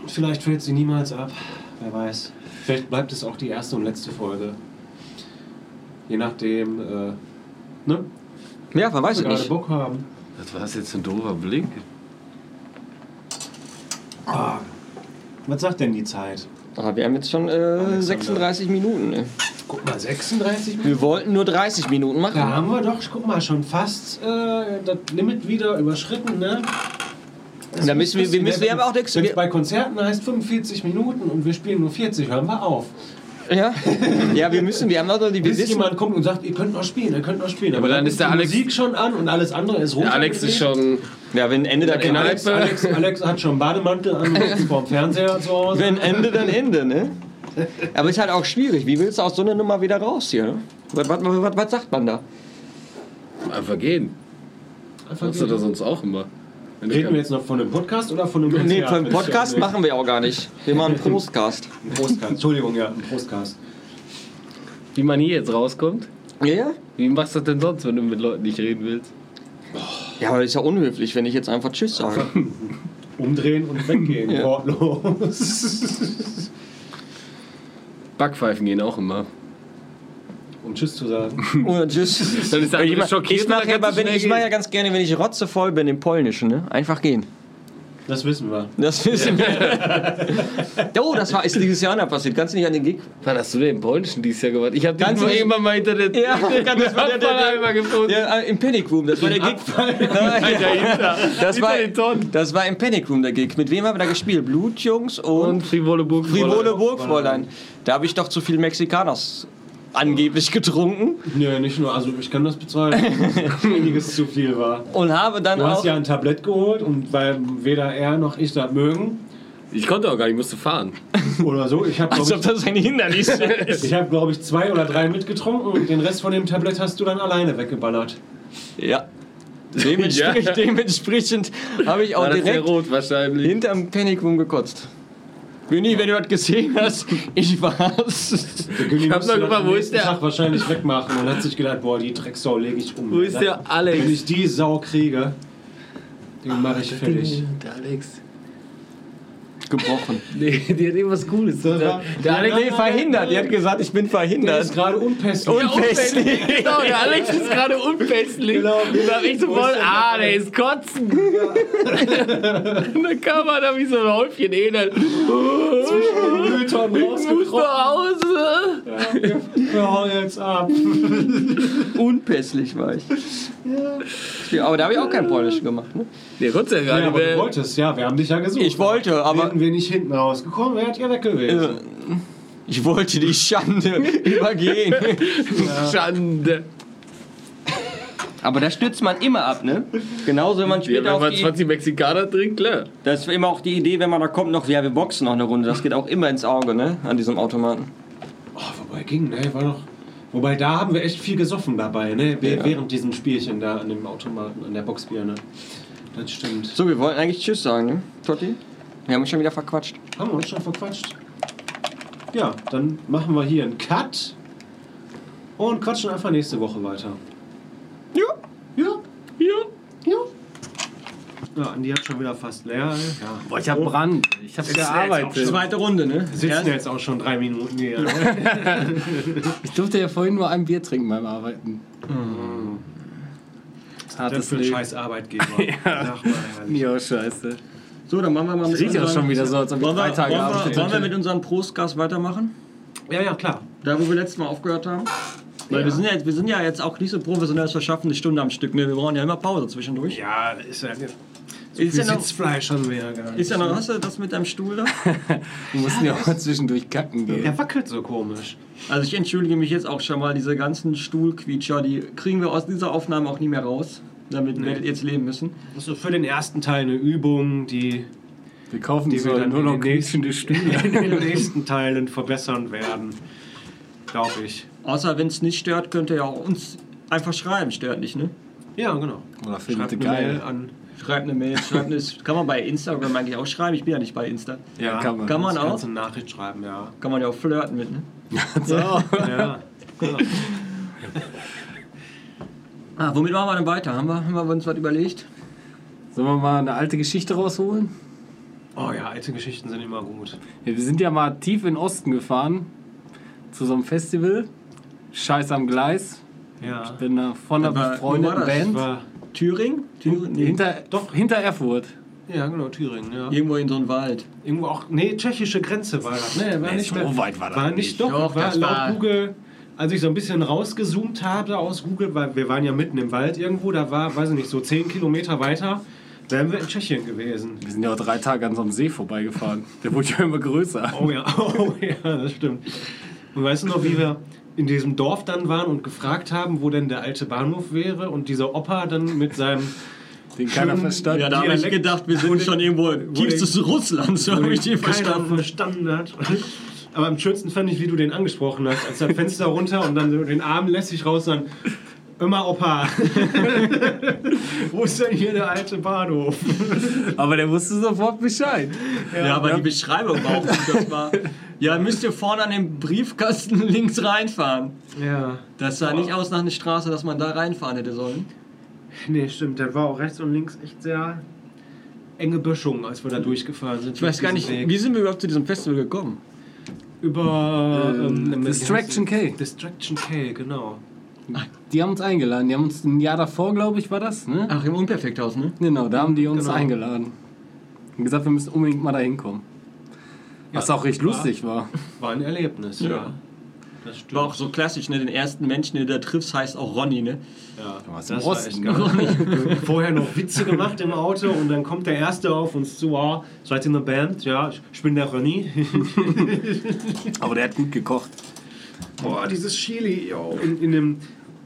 B: Vielleicht fällt sie niemals ab. Wer weiß. Vielleicht bleibt es auch die erste und letzte Folge. Je nachdem, äh, ne?
A: Ja, man weiß
B: Wir
A: es
B: gerade
A: nicht.
B: Bock haben.
C: Das war jetzt ein doofer Blick.
B: Ah. Was sagt denn die Zeit?
A: Aber Ah, wir haben jetzt schon äh, 36 Minuten. Ne?
B: Guck mal, 36 Minuten.
A: Wir wollten nur 30 Minuten
B: Da
A: machen.
B: haben wir doch, guck mal, schon fast äh, das Limit wieder überschritten, ne? Das
A: Da müssen wir- wir müssen- wir haben auch nichts-
B: Wenn
A: wir-
B: es bei Konzerten heißt 45 Minuten und wir spielen nur 40, hören wir auf.
A: Ja, ja wir müssen. Wir haben noch die. Wir
B: Bis
A: wissen,
B: jemand kommt und sagt, ihr könnt noch spielen, ihr könnt noch spielen.
C: aber dann ist der
B: die
C: Alex-
B: Musik schon an und alles andere ist runter.
C: Der Alex ist schon.
A: ja, wenn Ende dann
C: Genau.
A: Ende.
B: Alex, Alex, Alex hat schon Bademantel an und sitzt vorm Fernseher zu Hause.
A: Wenn Ende, dann Ende, ne? Aber ist halt auch schwierig. Wie willst du aus so einer Nummer wieder raus hier? Ne? Was, was, was, was sagt man da?
C: Einfach gehen.
B: Einfach
C: Machst du das sonst auch immer? Wenn du
B: Reden wir
C: kein-
B: jetzt noch von einem Podcast oder von einem Konzert?
A: Nee, für einen Podcast machen wir auch gar nicht. Wir machen einen Prostcast.
B: Ein Postcast, Entschuldigung, ja, ein Postcast.
C: Wie man hier jetzt rauskommt?
A: Ja, ja?
C: Wie machst du das denn sonst, wenn du mit Leuten nicht reden willst?
A: Ja, aber das ist ja unhöflich, wenn ich jetzt einfach Tschüss sage.
B: Umdrehen und weggehen,
A: Ja.
B: wortlos.
C: Backpfeifen gehen auch immer.
B: um Tschüss zu sagen.
A: Oder Tschüss.
C: Dann ist der andere
A: Ich, mach-
C: schockiert
A: ich
C: und dann
A: mache ja,
C: kannst
A: immer,
C: du
A: wenn,
C: schnell
A: ich mach ja
C: gehen.
A: ganz gerne, wenn ich rotzevoll bin im Polnischen, ne? Einfach gehen.
B: Das wissen wir.
A: Das wissen wir. Oh, das war, ist dieses Jahr noch passiert. Kannst du nicht an den Gig?
C: Wann hast du den Polnischen dieses Jahr gemacht? Ich hab den
A: Ganz
C: nur
A: ehrlich-
C: irgendwann mal hinter der
A: Ja,
C: hinter
A: das war der- der- der-
C: einmal gefunden.
A: Ja, äh, Im Panic Room, das war der Gig. Nein,
C: Dahinter.
A: Das
C: hinter
A: war,
C: den Tonnen.
A: das war im Panic Room der Gig. Mit wem haben wir da gespielt? Blutjungs und,
C: Und frivole Burg.
A: Frivole Burgfräulein. Da habe ich doch zu viel Mexikaners angeblich getrunken
B: Nö, nicht nur, also ich kann das bezeugen, dass einiges zu viel war.
A: und habe dann
B: Du
A: auch.
B: hast ja ein Tablett geholt und weil weder er noch ich das mögen
C: Ich konnte auch gar nicht, musste fahren.
B: oder so, ich habe
A: als
C: Also
B: glaube
A: ob das ein Hindernis wäre.
B: ich, ich, hab, glaub ich zwei oder drei mitgetrunken und den Rest von dem Tablett hast du dann alleine weggeballert.
A: Ja. Dementsprechend,
C: Ja.
A: dementsprechend habe ich auch
C: War das sehr
A: direkt
C: rot wahrscheinlich.
A: hinterm Panic Room gekotzt. Winnie, wenn du das gesehen hast, ich war's.
B: Ich
C: hab noch gefragt, wo ist der-
B: Tag wahrscheinlich wegmachen und hat sich gedacht, boah, die Drecksau lege ich um.
C: Wo ist der Alex?
B: Wenn ich die Sau kriege, den mache ich fertig.
C: Der Alex.
A: Gebrochen.
C: Nee, die hat irgendwas Cooles.
B: Das war-
C: der Alex
A: Nee, verhindert. Die hat gesagt, ich bin
B: Der
A: verhindert.
B: ist gerade unpässlich.
A: Und- unpässlich.
C: Genau, der Alex ist gerade unpässlich.
B: Genau.
C: Und da hab ich so
B: Wo ist
C: voll,
B: der
C: ah, der
B: Alex?
C: ist kotzen. Und dann kam er da wie so ein Häufchen Elend. ah.
B: zwischen den Mülltonnen
C: Ich muss
B: rausgetroffen.
C: nach Hause.
B: Wir hauen jetzt ab.
A: Unpässlich war ich. Ja. Aber da habe ich auch kein Polnisch gemacht. Ne?
C: Der konnte ja gar
B: Ja,
C: nicht
B: aber du
C: mehr.
B: wolltest, ja, wir haben dich ja gesucht.
A: Ich wollte, aber. Äh.
B: Wären wir nicht hinten rausgekommen, wärt ihr weg gewesen.
A: Ich wollte die Schande übergehen.
C: Schande.
A: Aber da stürzt man immer ab, ne? Genauso, wenn man
C: Ja,
A: später
C: wenn
A: auf
C: man
A: die...
C: 20 Mexikaner trinkt, klar.
A: Das war immer auch die Idee, wenn man da kommt, noch, ja, wir boxen noch eine Runde. Das geht auch immer ins Auge, ne? An diesem Automaten.
B: Oh, wobei ging, ne? War doch. Wobei da haben wir echt viel gesoffen dabei, ne? we-
A: Ja.
B: Während diesem Spielchen da an dem Automaten, an der Boxbirne. Das stimmt.
A: So, wir wollten eigentlich Tschüss sagen, ne? Totti? Wir haben uns schon wieder verquatscht.
B: Haben wir uns schon verquatscht. Ja, dann machen wir hier einen Cut und quatschen einfach nächste Woche weiter.
A: Ja,
B: Ja,
A: ja.
B: ja. Ja, Andi hat schon wieder fast leer. ey. Ja.
C: Boah, ich hab Brand. Ich hab's gearbeitet.
A: Zweite Runde, ne?
B: Wir sitzen jetzt auch schon drei Minuten hier. ne?
C: Ich durfte ja vorhin nur ein Bier trinken beim Arbeiten.
B: Das
C: Mhm. Hartes
B: für ein
C: Leben.
B: scheiß Arbeitgeber. Sag mal, ehrlich.
C: Ja, scheiße.
A: So, dann machen wir mal ein
C: Riecht ja schon wieder so, als ob ich
A: Wollen
C: drei
A: wir,
C: Tage
A: wollen wir,
C: gearbeitet
A: wollen wir
C: hätte.
A: mit unserem Prostgas weitermachen?
B: Ja, ja, klar.
A: Da, wo wir letztes Mal aufgehört haben? Weil wir, sind ja jetzt, wir sind ja jetzt auch nicht so professionell, dass wir schaffen eine Stunde am Stück. Ne? Wir brauchen ja immer Pause zwischendurch.
B: Ja, ist ja,
A: ist, ja noch,
B: Sitzfleisch haben wir ja gar nicht.
A: ist ja noch, hast du das mit deinem Stuhl da?
C: Wir mussten ja auch mal zwischendurch kacken gehen.
B: Der wackelt so komisch.
A: Also ich entschuldige mich jetzt auch schon mal, diese ganzen Stuhlquietscher, die kriegen wir aus dieser Aufnahme auch nie mehr raus. Damit werdet ihr jetzt leben müssen.
B: Das ist so Also für den ersten Teil eine Übung, die
C: Wir kaufen
B: Die
C: so
B: wir dann
C: nur noch
B: in den
C: quietschende Stühle.
B: in den nächsten Teilen verbessern werden. Glaube ich.
A: Außer wenn es nicht stört, könnt ihr ja auch uns einfach schreiben. Stört nicht, ne?
B: Ja, genau.
C: Oder findet
B: Schreibt
C: ihr
B: eine
C: geil.
B: Mail an.
A: Schreibt eine Mail, schreibt eine, kann man bei Instagram eigentlich auch schreiben? Ich bin ja nicht bei Insta.
C: Ja, kann man.
A: Kann man auch?
B: Kannst du eine Nachricht schreiben, ja.
A: Kann man ja auch flirten mit, ne?
C: So.
B: ja. genau.
A: Ah, womit machen wir denn weiter? Haben wir, haben wir uns was überlegt?
C: Sollen wir mal eine alte Geschichte rausholen?
B: Oh ja, alte Geschichten sind immer gut.
C: Ja, wir sind ja mal tief in den Osten gefahren. Zu so einem Festival. Scheiß am Gleis.
B: Ja.
C: Bin da von
A: Das war-
C: einer
A: wo war
C: befreundeten
A: das?
B: Das
C: Band.
B: war,
A: Thüringen? Thüringen? Nee.
C: Hinter, doch, hinter Erfurt.
B: ja, genau, Thüringen, ja.
A: Irgendwo in so einem Wald.
B: Irgendwo auch, nee, tschechische Grenze war das. Nee, war
C: Nee,
B: nicht
C: so
B: mehr,
C: weit war das
B: War nicht,
C: nicht.
B: doch,
A: Doch,
B: war
A: das
B: laut
A: war-
B: Google, als ich so ein bisschen rausgezoomt habe aus Google, weil wir waren ja mitten im Wald irgendwo, da war, weiß ich nicht, so 10 Kilometer weiter, wären wir in Tschechien gewesen.
C: Wir sind ja auch drei Tage an so einem See vorbeigefahren. Der wurde ja immer größer.
B: Oh ja, oh ja, das stimmt. Und weißt du noch, wie wir in diesem Dorf dann waren und gefragt haben, wo denn der alte Bahnhof wäre und dieser Opa dann mit seinem
C: Den keiner
B: Schön-
C: verstand.
A: Ja, da habe ich
B: Dialekt-
A: gedacht, wir sind schon irgendwo im
B: wurde-
A: tiefstes Russland, so habe ich den
B: keiner
A: verstanden.
B: verstanden hat. Aber am schönsten fand ich, wie du den angesprochen hast, als das Fenster runter und dann so den Arm lässig raus dann immer Opa. Wo ist denn hier der alte Bahnhof?
C: Aber der wusste sofort Bescheid.
A: Ja, aber die Beschreibung war auch gut. Das war, ja, müsst ihr vorne an den Briefkasten links reinfahren.
B: Ja,
A: Das sah nicht aus nach einer Straße, dass man da reinfahren hätte sollen.
B: nee, stimmt. Da war auch rechts und links echt sehr enge Böschung, als wir da durchgefahren sind.
A: Ich weiß gar nicht, wie sind wir überhaupt zu diesem Festival gekommen?
B: Über
C: Ähm,
B: ähm,
C: Distraction
B: wie heißt
C: K.
B: es? Distraction K, genau.
C: Die haben uns eingeladen. Die haben uns ein Jahr davor, glaube ich, war das, ne?
A: Ach, im Unperfekthaus, ne?
C: Genau, da haben die uns
B: Genau.
C: eingeladen. Und gesagt, wir müssen unbedingt mal da hinkommen. Was auch recht lustig war.
B: War ein Erlebnis, ja.
A: Ja.
B: Das stimmt.
A: War auch so klassisch, ne? Den ersten Menschen, den du da triffst, heißt auch Ronny, ne?
B: Ja,
C: warst im
B: das war
C: Osten.
B: echt geil. Vorher noch Witze gemacht im Auto und dann kommt der Erste auf uns zu, ah, seid ihr eine Band? Ja, ich bin der René.
C: Aber der hat gut gekocht.
B: Boah, dieses Chili, yo. In, in dem,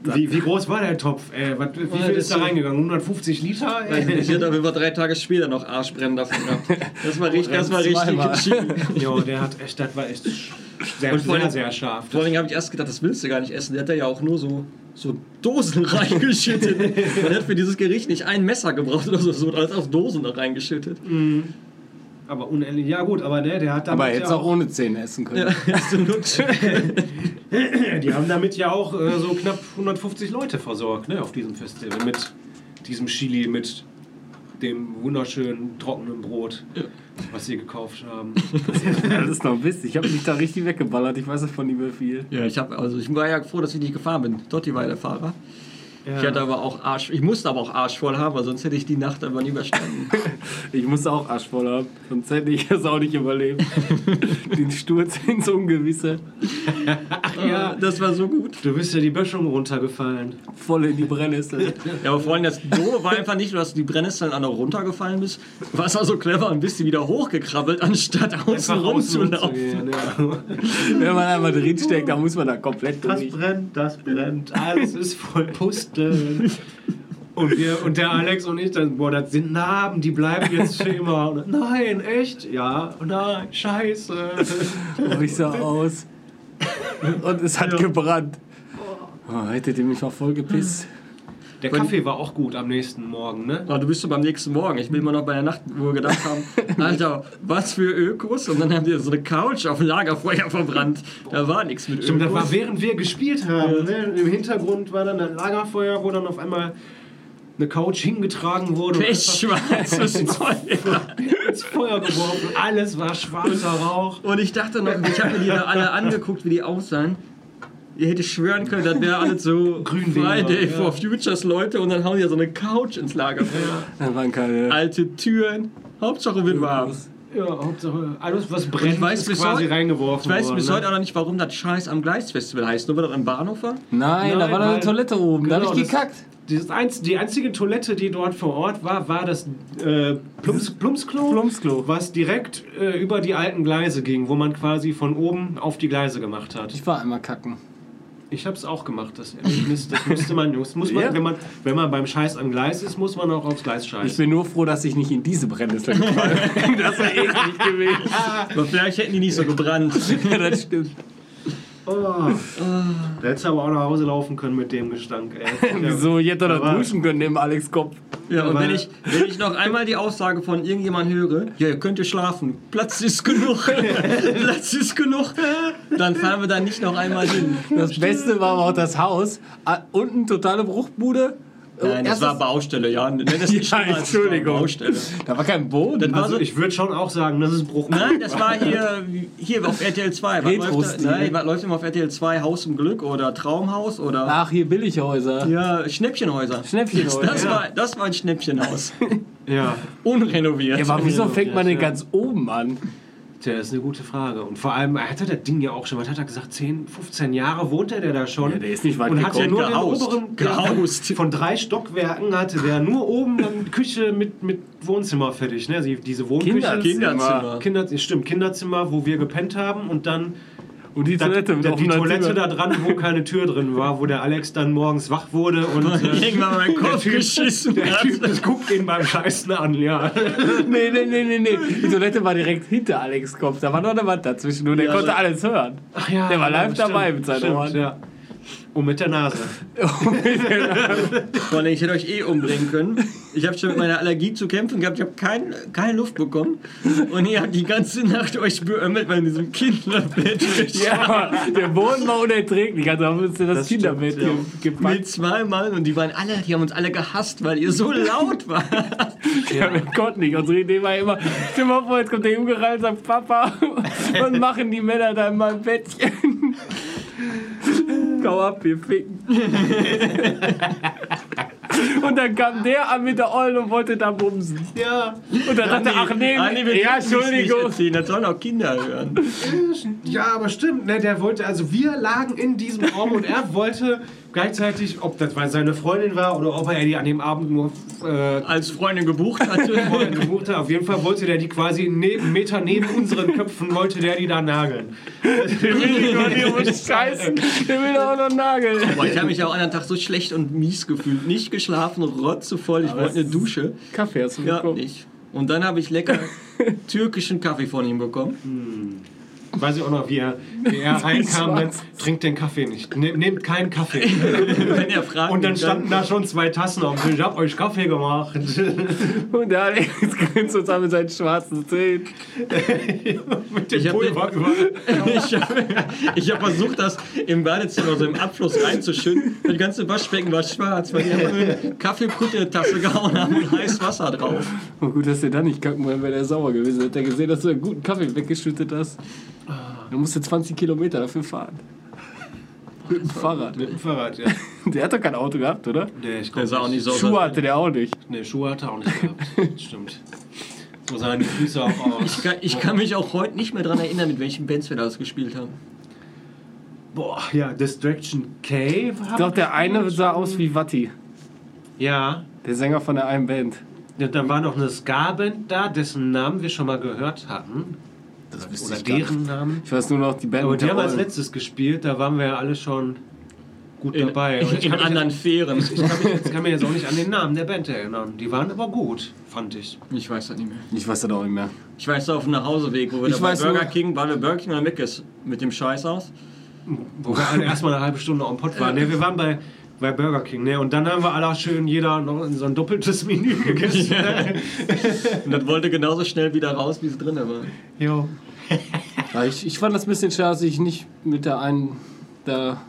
B: wie, wie groß war der Topf? Ey, was, wie
A: Ja,
B: viel
A: das
B: ist da
A: so-
B: reingegangen? 150 Liter?
A: Weiß ich
B: Ey?
A: nicht, ich hätte auf jeden Fall drei Tage später noch Arschbrennen davon gehabt. Das war richtig, das war richtig
C: Zweimal.
A: entschieden.
B: Jo, der hat echt, das war echt sehr,
A: Und vor
B: sehr,
A: allem-
B: sehr scharf.
A: Vor allem habe ich erst gedacht, das willst du gar nicht essen. Der hat da ja auch nur so, so Dosen reingeschüttet. Man hat für dieses Gericht nicht ein Messer gebraucht oder so, es wurde alles auf Dosen da reingeschüttet.
B: Aber unehrlich, ja gut, aber ne, der hat damit
C: Aber er hätte es
B: ja
C: auch ohne Zähne essen können.
A: Absolut.
B: Die haben damit ja auch äh, so knapp 150 Leute versorgt, ne, auf diesem Festival. Mit diesem Chili, mit dem wunderschönen trockenen Brot, was sie gekauft haben.
C: Das ist noch ein Biss. Ich habe mich da richtig weggeballert. Ich weiß nicht von ihm wie viel.
A: Ja, ich, hab, also ich war ja froh, dass ich nicht gefahren bin. Dotti war der Fahrer. Ich, hatte aber auch Arsch, ich musste aber auch Arsch voll haben, weil sonst hätte ich die Nacht aber nie überstanden.
C: Ich musste auch Arsch voll haben. Sonst hätte ich es auch nicht überlebt. Den Sturz ins Ungewisse.
A: ja. Also, Das war so gut.
B: Du bist ja die Böschung runtergefallen.
C: Voll in die Brennnessel.
A: Ja, aber vor allem das Doofe war einfach nicht nur, dass du die Brennnesseln auch noch runtergefallen bist. Warst auch so clever und bist du wieder hochgekrabbelt, anstatt außen rum zu laufen.
C: Wenn man einmal drinsteckt, dann muss man da komplett
B: Das
C: durch.
B: brennt, das brennt, alles ist voll Pusteln. Und, wir, und der Alex und ich, dann, boah, das sind Narben, die bleiben jetzt für immer. Und, nein, echt? Ja, nein, scheiße.
C: Und ich sah aus. Und es hat gebrannt. Oh, hättet ihr mich mal voll gepisst.
B: Der Kaffee war auch gut am nächsten Morgen, ne?
A: Ah, du bist schon beim nächsten Morgen. Ich bin immer noch bei der Nacht, wo wir gedacht haben, Alter, was für Ökos? Und dann haben wir so eine Couch auf dem Lagerfeuer verbrannt. Da war nichts mit
B: Stimmt, das
A: Ökos.
B: war während wir gespielt haben. Ne? Im Hintergrund war dann ein Lagerfeuer, wo dann auf einmal eine Couch hingetragen wurde. und
A: Pechschwarz. was soll-
B: einfach Ins Feuer geworfen. Alles war schwarzer Rauch.
A: Und ich dachte noch, ich habe mir die da alle angeguckt, wie die aussahen. Ihr hättet schwören können, das wäre alles so
B: Grün
A: Friday
B: wäre, ja.
A: for Futures Leute und dann hauen die ja so eine Couch ins Lagerfeuer.
C: Da waren keine.
A: Alte Türen. Hauptsache wird warm.
B: Ja, Hauptsache alles, was brennt,
A: Ich weiß,
B: ist
A: bis
B: quasi
A: heute-
B: reingeworfen
A: Ich weiß
B: worden.
A: bis
B: ne?
A: heute auch noch nicht, warum das Scheiß am Gleisfestival heißt. Nur weil das am Bahnhof war?
C: Nein, da
B: Nein,
C: war noch eine
B: weil-
C: Toilette oben. da
B: Genau,
C: habe ich
B: das-
C: gekackt.
B: Dieses einz, die einzige Toilette, die dort vor Ort war, war das äh, Plumps, Plumpsklo,
C: Plumpsklo.
B: was direkt äh, über die alten Gleise ging, wo man quasi von oben auf die Gleise gemacht hat.
C: Ich war einmal kacken.
B: Ich habe es auch gemacht, das, Mist, das müsste man, das muss man,
C: Ja.
B: wenn man, wenn man beim Scheiß am Gleis ist, muss man auch aufs Gleis
C: Ich
B: scheißen.
C: bin nur froh, dass ich nicht in diese Brennnessel gefallen bin. Das wäre eklig gewesen.
A: Aber vielleicht hätten die nicht so gebrannt.
C: Ja, das stimmt.
B: Oh. Da hättest du aber auch nach Hause laufen können mit dem Gestank, ey.
C: Wieso? Ich hätte
B: Aber-
C: doch duschen können im Alex Kopf.
A: Ja, und
B: Aber-
A: wenn ich, wenn ich noch einmal die Aussage von irgendjemand höre, ja, ihr könnt ihr schlafen, Platz ist genug, Platz ist genug, dann fahren wir da nicht noch einmal hin.
C: Das Beste war aber auch das Haus. Ah, Unten totale Bruchbude.
B: Oh,
A: Nein, das
C: Erstes-
A: war Baustelle, ja. Nenn das nicht
C: Ja,
A: schlimmer, das war
C: Entschuldigung.
A: Baustelle.
C: Da war kein Boden.
A: Das war
B: Also
A: so,
B: ich würde schon auch sagen, das ist Bruch.
A: nein, das war hier, hier auf RTL 2. Was läuft,
C: Retro-Stil.
A: da,
B: ne?
A: nein, was läuft immer auf RTL 2? Haus im Glück oder Traumhaus oder
C: Ach, hier Billighäuser.
A: ja, Schnäppchenhäuser.
C: Schnäppchenhäuser,
A: Das,
B: ja.
A: war, das war ein Schnäppchenhaus.
B: Ja,
A: Unrenoviert.
C: Ja, aber wieso fängt man denn
B: Ja.
C: ganz oben an?
B: tja, das ist eine gute Frage. Und vor allem, er hatte das Ding ja auch schon, was hat er gesagt, 10, 15 Jahre wohnte der da schon.
C: Ja, der ist nicht weit
B: Und hat ja
A: gekommen.
B: nur den
A: Gehaust.
B: oberen,
A: Gehaust.
B: von drei Stockwerken hatte der nur oben dann Küche mit, mit Wohnzimmer fertig, ne? Also Diese Wohnküche.
C: Kinderzimmer.
A: Kinderzimmer.
B: Kinder, stimmt, Kinderzimmer, wo wir gepennt haben und dann
C: Und die Toilette mit
B: da, die
C: offener
B: Toilette
C: Tür.
B: da dran, wo keine Tür drin war, wo der Alex dann morgens wach wurde und äh,
A: Irgendwann mal meinen Kopf
B: Typ-
A: geschissen
B: der
A: hat.
B: Typ das guckt ihn beim Scheißen an, ja.
C: Nee, nee, nee, nee, nee. Die Toilette war direkt hinter Alex Kopf. Da war noch eine Wand dazwischen und der
A: Ja,
C: konnte
A: so-
C: alles hören.
B: Ach ja,
C: Der war live
B: Ah, stimmt,
C: dabei mit seinen
B: stimmt,
C: Ohren.
B: Ja. Und mit der Nase.
A: Freunde, ich hätte euch eh umbringen können. Ich habe schon mit meiner Allergie zu kämpfen gehabt. Ich habe kein, keine Luft bekommen. Und ihr habt die ganze Nacht euch beömmelt bei diesem Kinderbett.
C: Ja, der Boden war unerträglich. Also haben wir uns in das,
B: Das stimmt,
C: Kinderbett
B: ja.
C: ge-
A: Mit
C: gepackt.
A: zwei Mann und die waren alle, die haben uns alle gehasst, weil ihr so laut war.
C: Ja, wir konnten nicht. Unsere Idee war immer, stell mal vor, jetzt kommt der Junge rein und sagt, Papa, was machen die Männer da in meinem Bettchen? Kau ab, wir ficken. Und dann kam der an mit der Eule und wollte da bumsen.
B: Ja,
C: Und dann dachte er, ach nee,
A: Ah, nee, wir
C: ja,
A: dürfen das nicht
C: Entschuldigung.
A: erzählen, Das sollen auch Kinder hören.
B: ja, aber stimmt, ne, der wollte, also wir lagen in diesem Raum und er wollte gleichzeitig, ob das weil seine Freundin war oder ob er die an dem Abend nur äh,
A: Als Freundin gebucht hatte.
B: Freundin gebucht hat, auf jeden Fall wollte der die quasi ne, einen Meter neben unseren Köpfen, wollte der die da nageln.
C: Der will nicht nur hier rumscheißen, der will auch noch nageln.
A: Boah, ich habe mich auch an einem Tag so schlecht und mies gefühlt. Nicht geschlafen, rotzevoll. Ich wollte eine Dusche.
C: Kaffee hast du
A: Ja,
C: bekommen.
A: nicht. Und dann habe ich lecker türkischen Kaffee von ihm bekommen.
B: Weiß ich auch noch, wie er, wie er reinkam, dann
C: Schwarz.
B: trinkt den Kaffee nicht. Ne, nehmt keinen Kaffee.
A: Wenn er fragt,
B: Und dann standen da schon zwei Tassen auf dem Tisch. Ich hab euch Kaffee gemacht.
C: Und der Alex grinst uns an mit seinen schwarzen Zähnen.
B: Mit dem
A: Ich hab
B: Pulver überall.
A: Ich habe ich hab versucht, das im Badezimmer, so im Abfluss reinzuschütten. Das ganze Waschbecken war schwarz, weil die einfach nur eine Kaffeebrütteltasse gehauen haben und heiß Wasser drauf.
C: Oh, gut, dass der da nicht kacken wollen, wäre der sauer gewesen. Hätte er gesehen, dass du einen guten Kaffee weggeschüttet hast.
B: Ah.
C: Dann musst du 20 Kilometer dafür fahren. Mit dem Fahrrad.
B: Mit dem Fahrrad, ja.
C: Der hat doch kein Auto gehabt, oder?
B: Nee, ich
A: Der sah auch nicht so aus.
C: Schuhe
A: als-
C: hatte der auch nicht.
B: Nee, Schuhe hat er auch nicht gehabt. Stimmt. So sahen die Füße auch aus.
A: Ich kann, ich kann mich auch heute nicht mehr daran erinnern, mit welchen Bands wir das gespielt haben.
B: Boah, ja, Distraction K.
C: Doch, der eine sah aus wie Watti.
B: Ja.
C: Der Sänger von der einen Band.
B: ja. Dann war noch eine Ska-Band da, dessen Namen wir schon mal gehört hatten.
C: Das
B: Oder deren Namen.
C: Ich weiß nur noch, die Band
B: Aber
C: mit
B: die
C: der
B: haben als
C: Eule.
B: letztes gespielt, da waren wir ja alle schon gut
A: In,
B: dabei. Und
A: in,
B: ich kann mich
A: anderen Fähren.
B: jetzt- kann mich jetzt- kann mir jetzt auch nicht an den Namen der Band erinnern. Die waren aber gut, fand ich.
A: Ich weiß das nicht mehr.
C: Ich weiß das auch nicht mehr.
A: Ich weiß da auf dem Nachhauseweg, wo wir
C: Ich
A: da bei
C: weiß
A: Burger
C: nur-
A: King, waren wir Burger King oder Mc's mit dem Scheiß aus.
B: Wo wir alle erstmal eine halbe Stunde am Pott waren. Ne, wir waren bei bei Burger King, ne? Und dann haben wir aller schön jeder noch in so ein doppeltes Menü gegessen.
A: Und das wollte genauso schnell wieder raus, wie es drin war.
B: Jo.
C: Ja, ich, ich fand das ein bisschen schade, dass ich nicht mit der einen, der,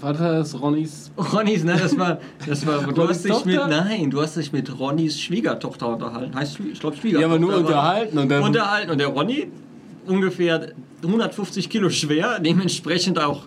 C: war das Ronnys?
A: Ronnys, ne, das war, das war, du
C: Ronnys
A: hast dich mit,
C: Tochter?
A: nein, du hast dich mit Ronnys Schwiegertochter unterhalten. Heißt, Schwie- ich glaube, Schwiegertochter.
C: Ja, aber nur
A: war-
C: unterhalten
B: Ähm,
C: und dann-
A: Unterhalten. Und der Ronny, ungefähr 150 Kilo schwer, dementsprechend auch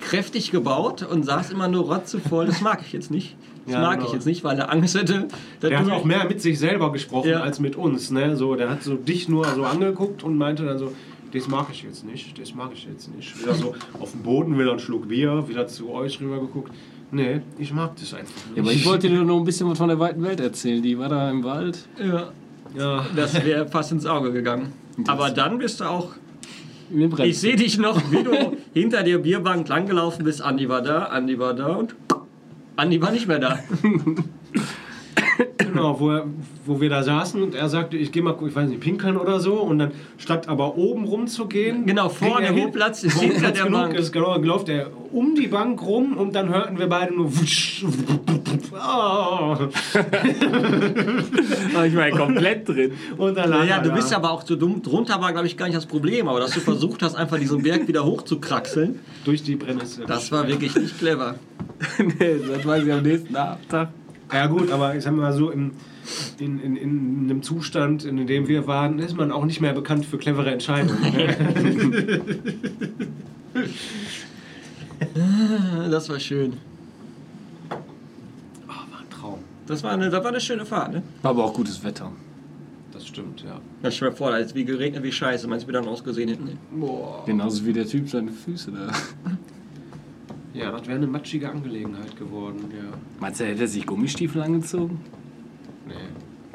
A: kräftig gebaut und saß immer nur rotzevoll. Das mag ich jetzt nicht. Das
B: Ja,
A: mag
B: genau.
A: ich jetzt nicht, weil er Angst hätte. dass
B: Der
A: du-
B: hat auch mehr mit sich selber gesprochen
A: Ja.
B: als mit uns, ne? So, der hat so dich nur so angeguckt und meinte dann so, das mag ich jetzt nicht, das mag ich jetzt nicht. Wieder so auf dem Boden, wieder einen Schluck Bier, wieder zu euch rüber geguckt. Nee, ich mag das einfach nicht.
C: Ja, aber ich wollte dir noch ein bisschen was von der weiten Welt erzählen. Die war da im Wald
A: Ja,
B: Ja.
A: das wäre fast ins Auge gegangen. Aber dann bist du auch
C: in den
A: Ich
C: Bremsen.
A: sehe dich noch, wie du hinter der Bierbank langgelaufen bist. Andi war da, Andi war da und Andi war nicht mehr da.
B: Genau, wo, er, wo wir da saßen und er sagte, ich gehe mal, ich weiß nicht, pinkeln oder so. Und dann, statt aber oben rumzugehen.
A: Genau,
B: ging
A: vorne
B: er hin-
A: Hochplatz ist
B: wo
A: hinter
B: Platz
A: der
B: genug
A: Bank.
B: Ist, genau, läuft er um die Bank rum und dann hörten wir beide nur. wusch, ah.
C: Ich war ja komplett drin.
B: Und dann lag
A: Ja,
B: er
A: du
B: da.
A: bist aber auch zu dumm. Drunter war, glaube ich, gar nicht das Problem. Aber dass du versucht hast, einfach diesen Berg wieder hochzukraxeln,
B: durch die Brennnessel.
A: das war wirklich nicht clever.
C: Nee, das weiß ich am nächsten Abend.
B: Ja gut, aber ich sag mal so, in, in, in, in einem Zustand, in dem wir waren, ist man auch nicht mehr bekannt für clevere Entscheidungen. ne?
A: Ne, Das war schön.
B: Ah, war ein Traum.
A: Das war eine, das war eine schöne Fahrt, ne?
C: War aber auch gutes Wetter.
B: Das stimmt, ja.
A: Ja, stell dir mal vor, da ist wie geregnet, wie scheiße. Meinst du, wir dann ausgesehen hätten?
B: Boah.
C: Genauso wie der Typ seine Füße da.
B: Ja, das wäre eine matschige Angelegenheit geworden, ja.
C: Meinst du, hätte er sich Gummistiefel angezogen?
B: Nee.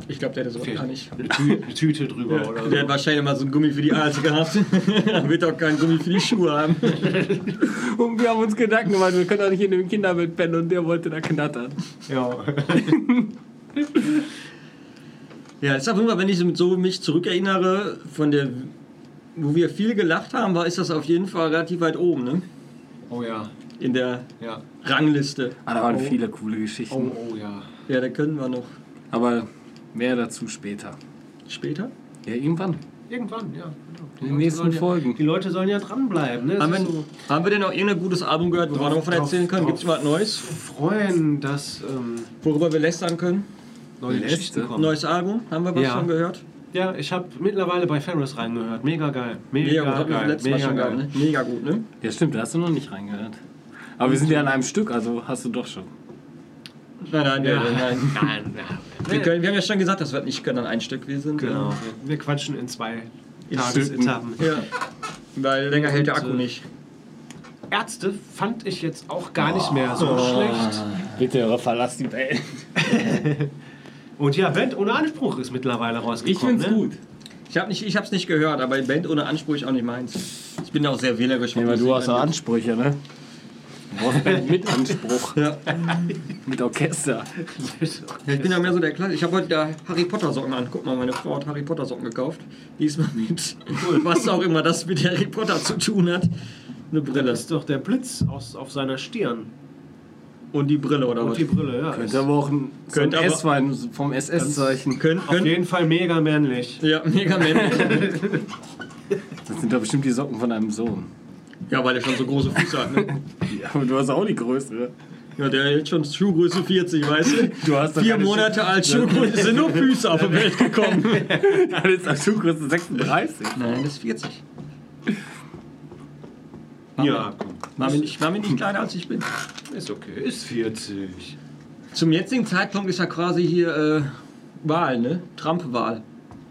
A: Ich glaube, der hätte sowas
B: Vielleicht
A: gar nicht.
B: Eine, Tü eine Tüte drüber oder
A: Also, Der hat
B: so.
A: wahrscheinlich mal so ein Gummi für die Arze gehabt. Dann wird auch kein Gummi für die Schuhe haben.
C: Und wir haben uns Gedanken gemacht, wir können doch nicht in dem Kinderbett pennen und der wollte da knattern.
B: Ja.
A: Ja, ist auf jeden Fall, wenn ich so- so mich zurückerinnere, von der, wo wir viel gelacht haben, war, ist das auf jeden Fall relativ weit oben, ne?
B: Oh ja.
A: In der
B: Ja.
A: Rangliste.
C: Ah, da waren
B: Oh.
C: viele coole Geschichten.
B: Oh, oh ja.
A: Ja, da können wir noch
C: Aber mehr dazu später.
A: später.
C: Ja, irgendwann.
B: Irgendwann, ja. genau. Die
C: In den
B: Leute
C: nächsten
B: sollen ja,
C: Folgen.
B: Die Leute sollen ja dranbleiben, ne? Es
A: Haben
B: ist
A: wir,
B: so
A: haben wir denn noch irgendein gutes Album gehört, wo wir
B: Drauf,
A: noch von erzählen
B: drauf,
A: können?
B: drauf.
A: Gibt es was Neues,
B: freuen, dass ähm,
A: worüber wir lästern können?
B: neue
C: Letzte.
B: Geschichten kommen.
A: Neues Album, haben wir was
B: Ja.
A: schon gehört?
B: Ja, ich habe mittlerweile bei Ferris reingehört. Mega geil.
A: Mega
B: Mega,
A: gut, hatten wir
B: geil.
A: letztes Mal
B: mega
A: schon gehabt,
B: geil.
A: ne? Mega gut, ne?
C: Ja, stimmt, da hast du noch nicht reingehört. Aber wir sind ja an einem Stück, also hast du doch schon.
A: Nein, nein,
B: Ja.
A: nein, nein.
B: Nein, nein.
A: Wir, können, wir haben ja schon gesagt, dass wir das nicht können an ein Stück. Wir sind.
B: Genau. Wir quatschen in zwei
A: In
B: Tagesetappen.
A: Äh, ja. Weil länger hält der Akku
B: Und, äh,
A: nicht.
B: Ärzte fand ich jetzt auch gar nicht mehr so schlecht.
C: Bitte verlass die Welt.
B: Und ja, Band ohne Anspruch ist mittlerweile
C: Ich
B: rausgekommen.
C: find's
B: ne?
C: gut.
A: Ich habe nicht, ich hab's nicht gehört, aber die Band ohne Anspruch ist auch nicht meins. Ich bin auch sehr wählerisch.
C: Ja,
A: was
C: weil du
A: Musik
C: hast auch
A: angeht.
C: Ansprüche, ne? Du brauchst Band mit Anspruch,
A: Ja.
C: mit Orchester.
A: ja, ich bin ja mehr so der Klasse. Ich habe heute da Harry Potter Socken an. Guck mal, meine Frau hat Harry Potter Socken gekauft. Diesmal mit was auch immer das mit Harry Potter zu tun hat. Eine Brille.
B: Das ist doch der Blitz aus, auf seiner Stirn.
A: Und die Brille oder
B: Und
A: was?
B: die Brille, ja.
C: Könnte aber auch ein, so ein
A: Könnte aber-
C: S-Wein vom SS-Zeichen.
A: Können,
B: Auf
A: können.
B: jeden Fall mega männlich.
A: Ja, mega männlich.
C: Das sind doch bestimmt die Socken von deinem Sohn.
A: Ja, weil der schon so große Füße hat. Ne?
C: Ja, aber du hast auch die größere.
A: Ja, der hat jetzt schon Schuhgröße 40, weißt du?
C: Du hast doch
A: Vier
C: keine
A: Monate alt Schuhgröße sind nur Füße auf die Welt gekommen.
C: Ja, jetzt hast du größte 36.
A: Nein, das ist 40.
B: Ja, komm.
A: Mach mich nicht, mach mich nicht kleiner als ich bin.
B: Ist okay. Ist 40.
A: Zum jetzigen Zeitpunkt ist ja quasi hier äh, Wahl, ne? Trump-Wahl.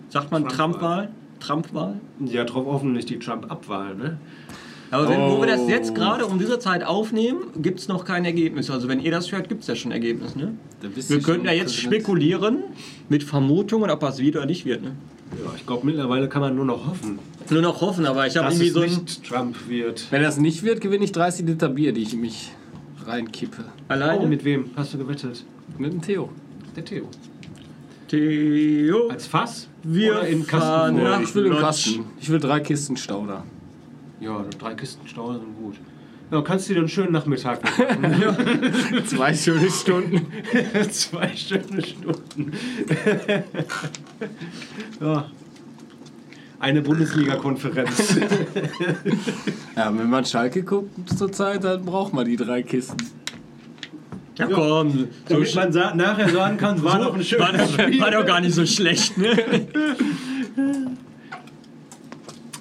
A: Sagt man
B: Trump-Wahl.
A: Trump-Wahl? Trump-Wahl?
B: Ja, drauf hoffentlich die Trump-Abwahl, ne?
A: Aber wenn, wo wir das
C: Oh.
A: jetzt gerade um diese Zeit aufnehmen, gibt es noch kein Ergebnis. Also wenn ihr das hört, gibt es ja schon Ergebnis, ne? Wir könnten ja jetzt spekulieren mit Vermutungen, ob was wird oder nicht wird, ne?
B: Ja, ich glaube, mittlerweile kann man nur noch hoffen,
A: Nur noch hoffen, aber ich habe
B: dass
A: irgendwie
B: es
A: so ein...
B: nicht Trump wird.
C: Wenn das nicht wird, gewinne ich 30 Liter Bier, die ich in mich reinkippe.
B: Oh,
A: Alleine mit
B: mit wem hast du gewettet?
C: Mit dem Theo.
B: Der Theo.
A: Theo.
B: Als Fass?
A: Wir
B: oder im
A: fahren
B: Kasten?
A: nach-
B: voll?
C: ich will im
A: Lodge.
C: Kasten. Ich will drei Kisten Stauder.
B: Ja, drei Kisten Stau sind gut. Ja, kannst du dir einen schönen Nachmittag machen.
C: Zwei schöne Stunden.
B: Zwei schöne Stunden. ja. Eine Bundesliga-Konferenz.
C: Ja, wenn man Schalke guckt zurzeit, dann braucht man die drei Kisten.
A: Ja, komm. So
B: Damit
A: sch-
B: man sa nachher sagen kann, war doch ein
A: war,
B: schönes
A: doch,
B: Spiel.
A: war doch gar nicht so schlecht, ne?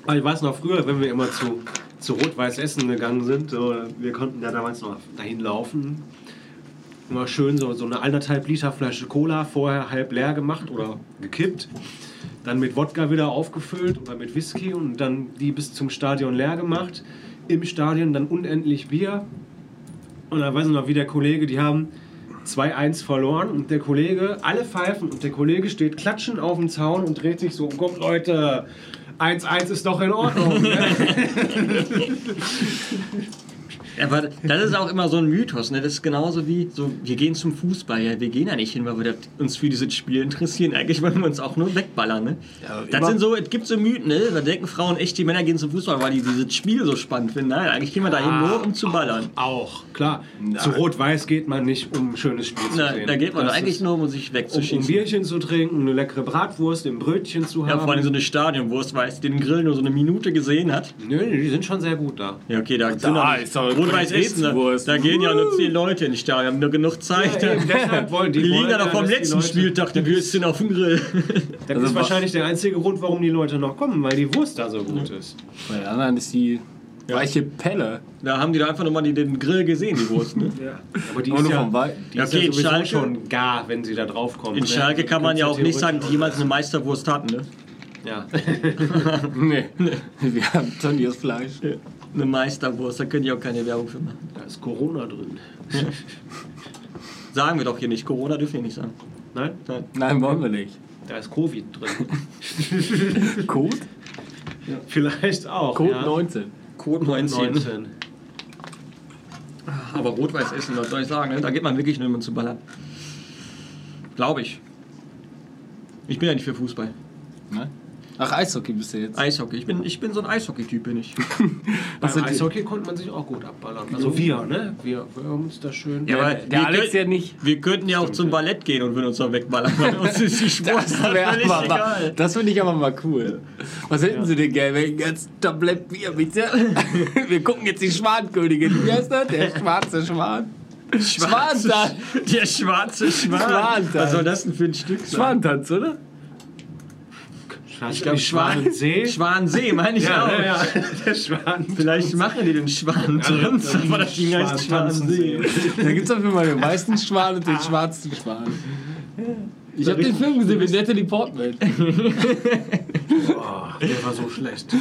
B: Aber ich weiß noch früher, wenn wir immer zu, zu Rot-Weiß Essen gegangen sind, so, wir konnten ja damals noch dahin laufen. Immer schön so, so eine anderthalb Liter Flasche Cola vorher halb leer gemacht oder gekippt. Dann mit Wodka wieder aufgefüllt oder mit Whisky und dann die bis zum Stadion leer gemacht. Im Stadion dann unendlich Bier. Und dann weiß ich noch, wie der Kollege, die haben 2-1 verloren und der Kollege, alle pfeifen und der Kollege steht klatschend auf dem Zaun und dreht sich so, kommt Leute, 1-1 ist doch in Ordnung. ne?
A: Aber das ist auch immer so ein Mythos, ne? Das ist genauso wie, so, wir gehen zum Fußball, ja, wir gehen ja nicht hin, weil wir uns für dieses Spiel interessieren. Eigentlich wollen wir uns auch nur wegballern, ne?
C: Ja,
A: das
C: immer-
A: sind so, es gibt so Mythen, ne? Da denken Frauen echt, die Männer gehen zum Fußball, weil die dieses Spiel so spannend finden. Nein, eigentlich gehen wir dahin nur, um zu ballern.
B: Auch, klar. Zu Rot-Weiß geht man nicht, um ein schönes Spiel zu
A: Na,
B: sehen.
A: da geht man
B: Das
A: eigentlich
B: ist,
A: nur, um
B: um,
A: sich
B: um ein
A: wegzuschießen.
B: Bierchen zu trinken, eine leckere Bratwurst, ein Brötchen zu
A: ja,
B: haben.
A: vor allem so eine Stadionwurst, weil es den Grill nur so eine Minute gesehen hat.
B: Nö, die sind schon sehr gut da.
A: Ja, okay, da, sind
C: da
A: noch-
C: ist doch eine
A: Rot-Weiß Essen. Da,
C: Qualitätswurst.
A: da gehen ja nur zehn Leute ins Stadion, haben nur genug Zeit.
B: Ja, eben, deshalb wollen- die
A: die liegen
B: wollen
A: ja
B: ja,
A: noch vom
B: dass die
A: letzten
B: Leute-
A: Spieltag die Würstchen auf dem Grill.
B: Das
C: Also
B: ist
C: was-
B: wahrscheinlich der einzige Grund, warum die Leute noch kommen, weil die Wurst da so gut ist.
C: Bei den anderen ist die weiche Pelle.
A: Da haben die da einfach nochmal die, den Grill gesehen, die Wurst. Ne?
B: Ja. Aber die
C: Aber
B: ist
C: nur
B: ja,
C: vom Wei-
B: die
A: Ja,
B: ist
A: okay,
B: ja
A: in
B: sowieso
A: Schalke-
B: schon gar, wenn sie da drauf kommen.
A: In
B: ne?
A: Schalke kann man ja auch nicht sagen, die jemals eine Meisterwurst hatten. Ne?
B: Ja.
C: Nee. Wir haben Turniers Fleisch.
A: Eine Meisterwurst, da können die auch keine Werbung für machen.
B: Da ist Corona drin.
A: Sagen wir doch hier nicht. Corona dürfen wir nicht sagen.
B: Nein,
C: Nein, wollen wir nicht.
B: da ist Covid drin.
C: Code?
B: Vielleicht auch.
C: Code
B: ja.
C: 19.
A: Code 19.
B: 19.
A: Aber Rot-Weiß Essen, was soll ich sagen? Ne? Da geht man wirklich nur, um zu ballern. Glaube ich. Ich bin ja nicht für Fußball.
C: Ne? Ach, Eishockey bist du jetzt.
A: Eishockey. Ich bin, ich bin so ein Eishockey-Typ, bin ich.
B: Beim
C: Was sind die-
B: Eishockey konnte man sich auch gut abballern. Also wir, ne? Wir, wir haben uns da schön.
A: Ja, aber
C: der
A: wir
C: Alex
A: können-
C: ja nicht.
A: Wir könnten ja auch zum Ballett gehen und würden uns da wegballern. weil Uns ist die Sport
C: Das wäre
A: völlig
C: aber mal,
A: egal.
C: das finde ich aber mal cool. Was hätten sie denn gerne? Ein ganzes Tablett Bier, bitte. Wir gucken jetzt die Schwankönigin. Wie heißt das? Der schwarze Schwan. Schwantan.
A: Der schwarze Schwan.
C: Schwantan.
A: Was soll das denn für ein Stück sein?
C: Schwantanz, oder?
B: Schwan, ich glaube, Schwanensee.
A: Schwansee, meine ich auch.
B: ja, Also, ja, ja. Der Schwan.
A: Vielleicht machen die den Schwantanz, aber das Ding heißt Schwansee.
C: Da gibt es dafür mal den weißen Schwan und den schwarzen Schwan. Ich habe den Film gesehen mit Natalie Portman.
B: Oh, der war so schlecht.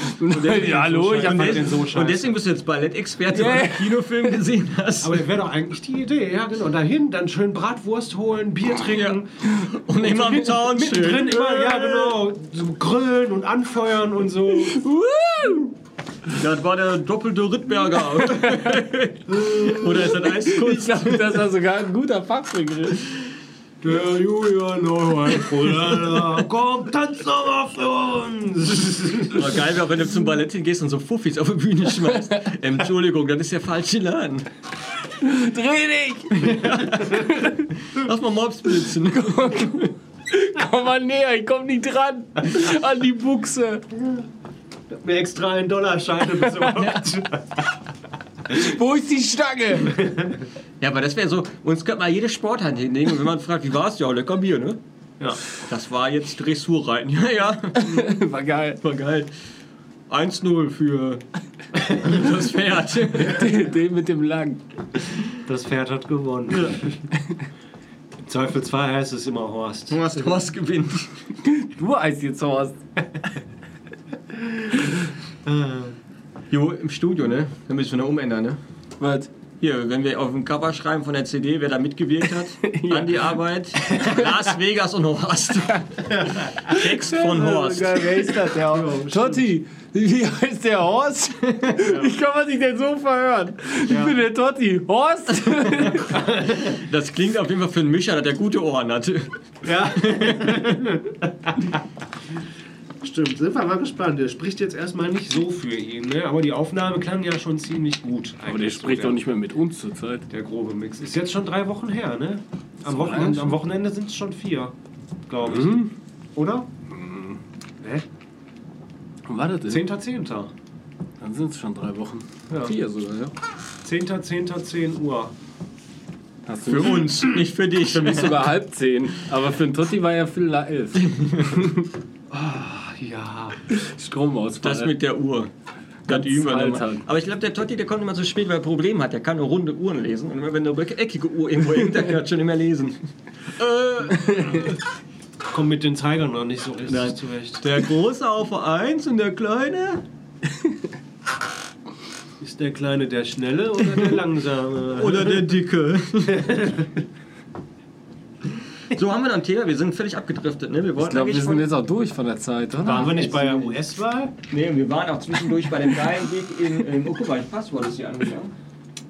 C: Ja, hallo, ich
B: Ich
C: hab
B: fand
C: den
B: den so scheiße.
A: Und deswegen bist du jetzt Ballettexperte,
C: Yeah.
A: weil du einen Kinofilm gesehen hast.
B: aber das wäre doch eigentlich die Idee, ja genau. Dahin, dann schön Bratwurst holen, Bier trinken.
A: und immer am
B: Mitten-
A: Zaun
B: mittendrin
A: schön.
B: immer, ja genau, so grillen und anfeuern und so.
A: Das war der doppelte Rittberger. Oder ist das
C: Ich
A: Eiskunst?
C: glaube, das war sogar ein guter Fachbegriff.
B: Der Julian Neuheit, komm, tanz doch mal für uns.
A: Aber geil wäre, auch, wenn du zum Ballett hingehst und so Fuffis auf die Bühne schmeißt. Ähm, Entschuldigung, das ist der falsche Laden.
C: Dreh dich!
A: Lass mal Mobs blitzen.
C: Komm mal näher, ich komm nicht dran. An die Buchse.
B: Mir extra einen Dollarschein besorgt.
C: Wo ist die Stange?
A: Ja, aber das wäre so, uns könnte mal jede Sportart hinlegen und wenn man fragt, wie war's? Ja, lecker Bier, ne?
B: Ja.
A: Das war jetzt Dressurreiten. Ja, ja,
C: War geil.
A: war geil. 1-0 für das Pferd.
C: Den, den mit dem Lang.
B: Das Pferd hat gewonnen. Im Zweifel 2 heißt es immer Horst.
A: Thomas Horst gewinnt.
C: Du heißt jetzt Horst.
A: Jo, im Studio, ne? Da müssen wir noch umändern, ne?
C: Was?
A: Hier, wenn wir auf dem Cover schreiben von der CD, wer da mitgewirkt hat, an die Arbeit, Las Vegas und Horst. Text von Horst.
C: Geil, wer ist das? Der Horst. Totti, wie heißt der Horst? Ich kann man sich denn so verhören? Ich bin der Totti. Horst?
A: Das klingt auf jeden Fall für einen Mischer, dass der gute Ohren hatte.
B: Ja. Stimmt, sind wir mal gespannt. Der spricht jetzt erstmal nicht so für ihn, ne? aber die Aufnahme klang ja schon ziemlich gut.
C: Aber der
B: eigentlich so,
C: spricht
B: der-
C: doch nicht mehr mit uns zurzeit.
B: Der grobe Mix. Ist jetzt schon drei Wochen her, ne? Am,
C: So
B: Wochenende,
C: lange
B: am Wochenende sind es schon Mhm. vier, glaube ich. Oder? Mhm. Hä?
C: War das denn?
B: Zehnter, Zehnter.
C: Dann sind es schon drei Wochen.
B: Ja.
C: Vier sogar, ja.
B: Zehnter, Zehnter, 10 Uhr.
C: Hast
A: Für
C: du
A: uns, nicht für dich.
C: für mich sogar halb zehn. Aber für den Totti war ja viel elf.
B: Ach ja.
C: Stromausfall.
A: Das mit der Uhr. Das
C: Ganz
A: üben wir nochmal.
C: altern.
A: Aber ich glaube, der Totti, der kommt immer zu spät, weil er Probleme hat. Der kann nur runde Uhren lesen. Und wenn eine eckige Uhr irgendwo hängt, dann kann er das schon immer lesen.
B: Komm mit den Zeigern noch nicht so richtig
A: Nein.
B: zurecht.
A: Der Große auf 1 und der Kleine.
B: Ist der Kleine der Schnelle oder der Langsame?
A: Oder der Dicke. so haben wir noch ein Thema. Wir sind völlig abgedriftet. Ne? Wir wollten
C: ich glaube, wir
A: eigentlich
C: sind
A: von-
C: jetzt auch durch von der Zeit, oder?
B: Waren wir nicht bei der US-Wahl?
A: nee, wir waren auch zwischendurch bei dem geilen Weg in, in oh, guck mal, das Passwort ist hier angegangen.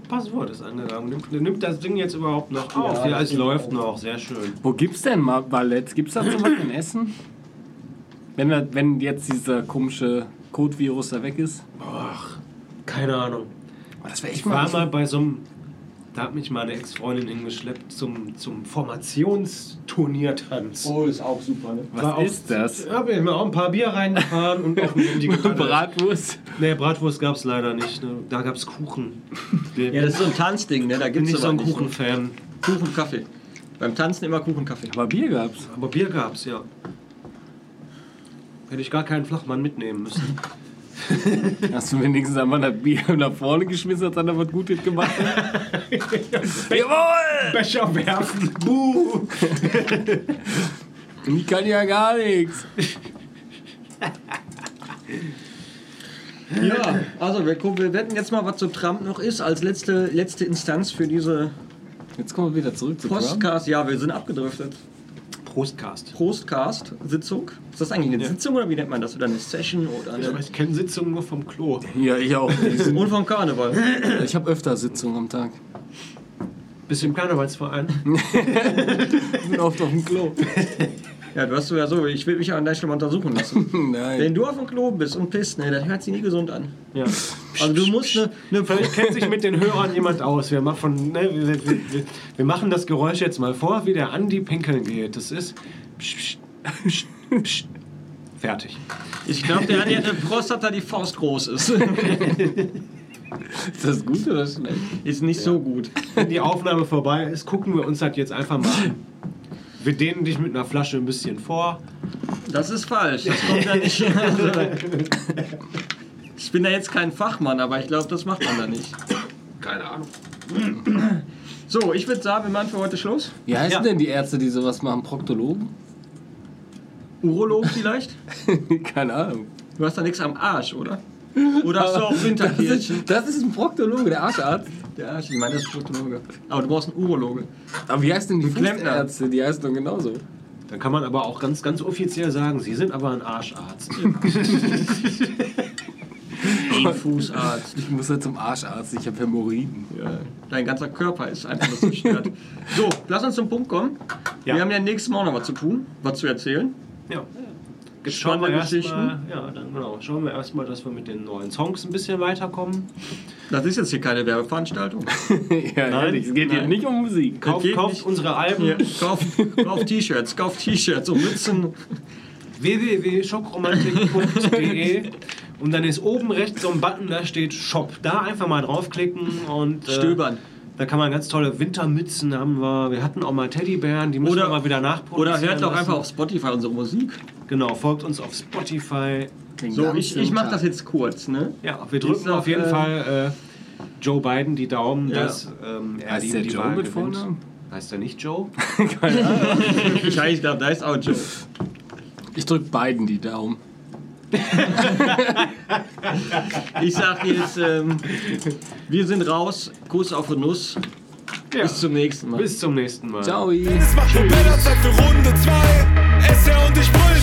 B: Passwort ist angegangen. Nimmt, nimmt das Ding jetzt überhaupt noch auf?
A: Ja,
B: Ja, es
A: das
B: läuft
A: geht
B: noch. Sehr schön.
C: Wo gibt's denn mal Ballett? Gibt's da sowas in Essen? Wenn, da, wenn jetzt dieser komische Code-Virus da weg ist?
B: Ach, keine Ahnung.
C: Oh, das wäre echt
B: Ich war mal bei so einem. Da hat mich meine Ex-Freundin hingeschleppt zum, zum Formationsturniertanz.
A: Oh, ist auch super, ne?
C: Was
B: war auch-
C: ist das?
B: Da habe ich mir auch ein paar Bier reingefahren und auch ein Handy gebrannt.
C: Bratwurst?
B: Nee, Bratwurst gab es leider nicht. Ne? Da gab es Kuchen. Der,
A: Ja, das ist so ein Tanzding, ne? Da
B: bin
A: gibt es
B: nicht so ein Kuchenfan.
A: Kuchenkaffee. Beim Tanzen immer Kuchenkaffee.
C: Aber Bier gab's.
B: Aber Bier gab's, ja. Hätte ich gar keinen Flachmann mitnehmen müssen.
C: Hast du wenigstens einmal das Bier nach vorne geschmissen, hat dann da was Gutes gemacht? Jawohl!
B: Becher werfen. Buh.
C: Ich kann ja gar nichts.
A: Ja, also wir, gucken- wir wetten jetzt mal, was so Trump noch ist als letzte, letzte Instanz für diese
C: Jetzt kommen wir wieder zurück zu Trump.
A: Postcast. Ja, wir sind abgedriftet.
B: Prostcast.
A: Prostcast-Sitzung. Ist das eigentlich eine Sitzung oder wie nennt man das? Oder eine Session oder
B: Ich,
A: eine.
B: ich kenne Sitzungen nur vom Klo.
C: Ja, ich auch.
A: Und vom Karneval.
C: Ich habe öfter Sitzungen am Tag.
B: Bist du im Karnevalsverein?
C: Ich bin oft auf dem Klo.
A: Ja, du hast sogar so, ich will mich an der Stelle mal untersuchen lassen.
C: Nein.
A: Wenn du auf dem Klo bist und pisst, ne, das hört sich nie gesund an.
B: Ja.
A: Also du musst eine. Ne,
B: Vielleicht kennt sich mit den Hörern jemand aus. Wir machen, von, ne, wir, wir, wir, wir machen das Geräusch jetzt mal vor, wie der Andi pinkeln geht. Das ist. Psch, psch, psch, psch. Fertig.
A: ich glaube, der Andi hat eine Prostata, die Faust groß ist.
C: Ist das gut oder schlecht?
A: Ist nicht so gut.
B: Wenn die Aufnahme vorbei ist, gucken wir uns das jetzt einfach mal an. Wir dehnen dich mit einer Flasche ein bisschen vor.
A: Das ist falsch. Das kommt da nicht. Ich bin da jetzt kein Fachmann, aber ich glaube, das macht man da nicht.
B: Keine Ahnung.
A: So, ich würde sagen, wir machen für heute Schluss.
C: Wie heißen
B: Ja.
C: denn die Ärzte, die sowas machen? Proktologen?
A: Urolog vielleicht?
C: Keine Ahnung.
A: Du hast da nichts am Arsch, oder? Oder hast du auch
C: Das ist,
A: Winterkirchen?
C: das ist ein Proktologe, der Arscharzt.
A: Der Arsch, ich meine, das ist Proktologe. Aber du brauchst einen Urologe.
C: Aber wie heißen denn die
A: Klempner.
C: Fußärzte? Die heißen doch genauso.
B: Dann kann man aber auch ganz, ganz offiziell sagen, Sie sind aber ein Arscharzt.
A: Ein Fußarzt.
C: Ich muss ja zum Arscharzt, ich habe Hämorrhoiden.
A: Ja. Dein ganzer Körper ist einfach nur zerstört. So, lass uns zum Punkt kommen.
B: Ja.
A: Wir haben ja nächstes Mal noch was zu tun, was zu erzählen.
B: Ja. Jetzt schauen
A: Spannende
B: wir erst
A: Geschichten.
B: mal, ja, dann genau. Schauen wir erstmal, dass wir mit den neuen Songs ein bisschen weiterkommen.
A: Das ist jetzt hier keine Werbeveranstaltung.
C: ja,
B: Nein,
C: ehrlich, es geht hier
A: nein.
C: nicht um Musik.
B: Kauft,
A: geht
B: kauft
A: nicht.
B: unsere Alben.
A: Hier, kauf, kauf T-Shirts, kauf T-Shirts und Mützen.
B: www.shopromantik.de und dann ist oben rechts so ein Button, da steht Shop. Da einfach mal draufklicken und äh,
A: Stöbern.
B: Da kann man ganz tolle Wintermützen haben wir. Wir hatten auch mal Teddybären, die müssen
A: Oder-
B: wir mal wieder nachproduzieren.
A: Oder hört doch
B: lassen.
A: einfach auf Spotify unsere Musik.
B: Genau, folgt uns auf Spotify.
C: Klingt
A: So,
C: ganz
A: ich, ich mache
C: sinnvoll.
A: das jetzt kurz, ne?
B: Ja, wir drücken
A: Dienstag,
B: auf jeden
A: äh,
B: Fall äh, Joe Biden die Daumen,
A: Ja.
B: dass ähm, er
C: Heißt
B: die,
C: der
B: die
C: Joe
B: Wahl
C: mit
B: gewinnt.
C: Vornamen?
B: Heißt er nicht Joe?
A: Scheiße, da ist auch Joe.
C: Ich drück beiden die Daumen.
A: Ich sag jetzt, ähm, wir sind raus. Kuss auf die Nuss.
B: Ja.
A: Bis zum nächsten Mal.
B: Bis zum nächsten Mal.
C: Ciao.
D: Es macht nur Better Zeit für Runde 2. SR und ich brüll.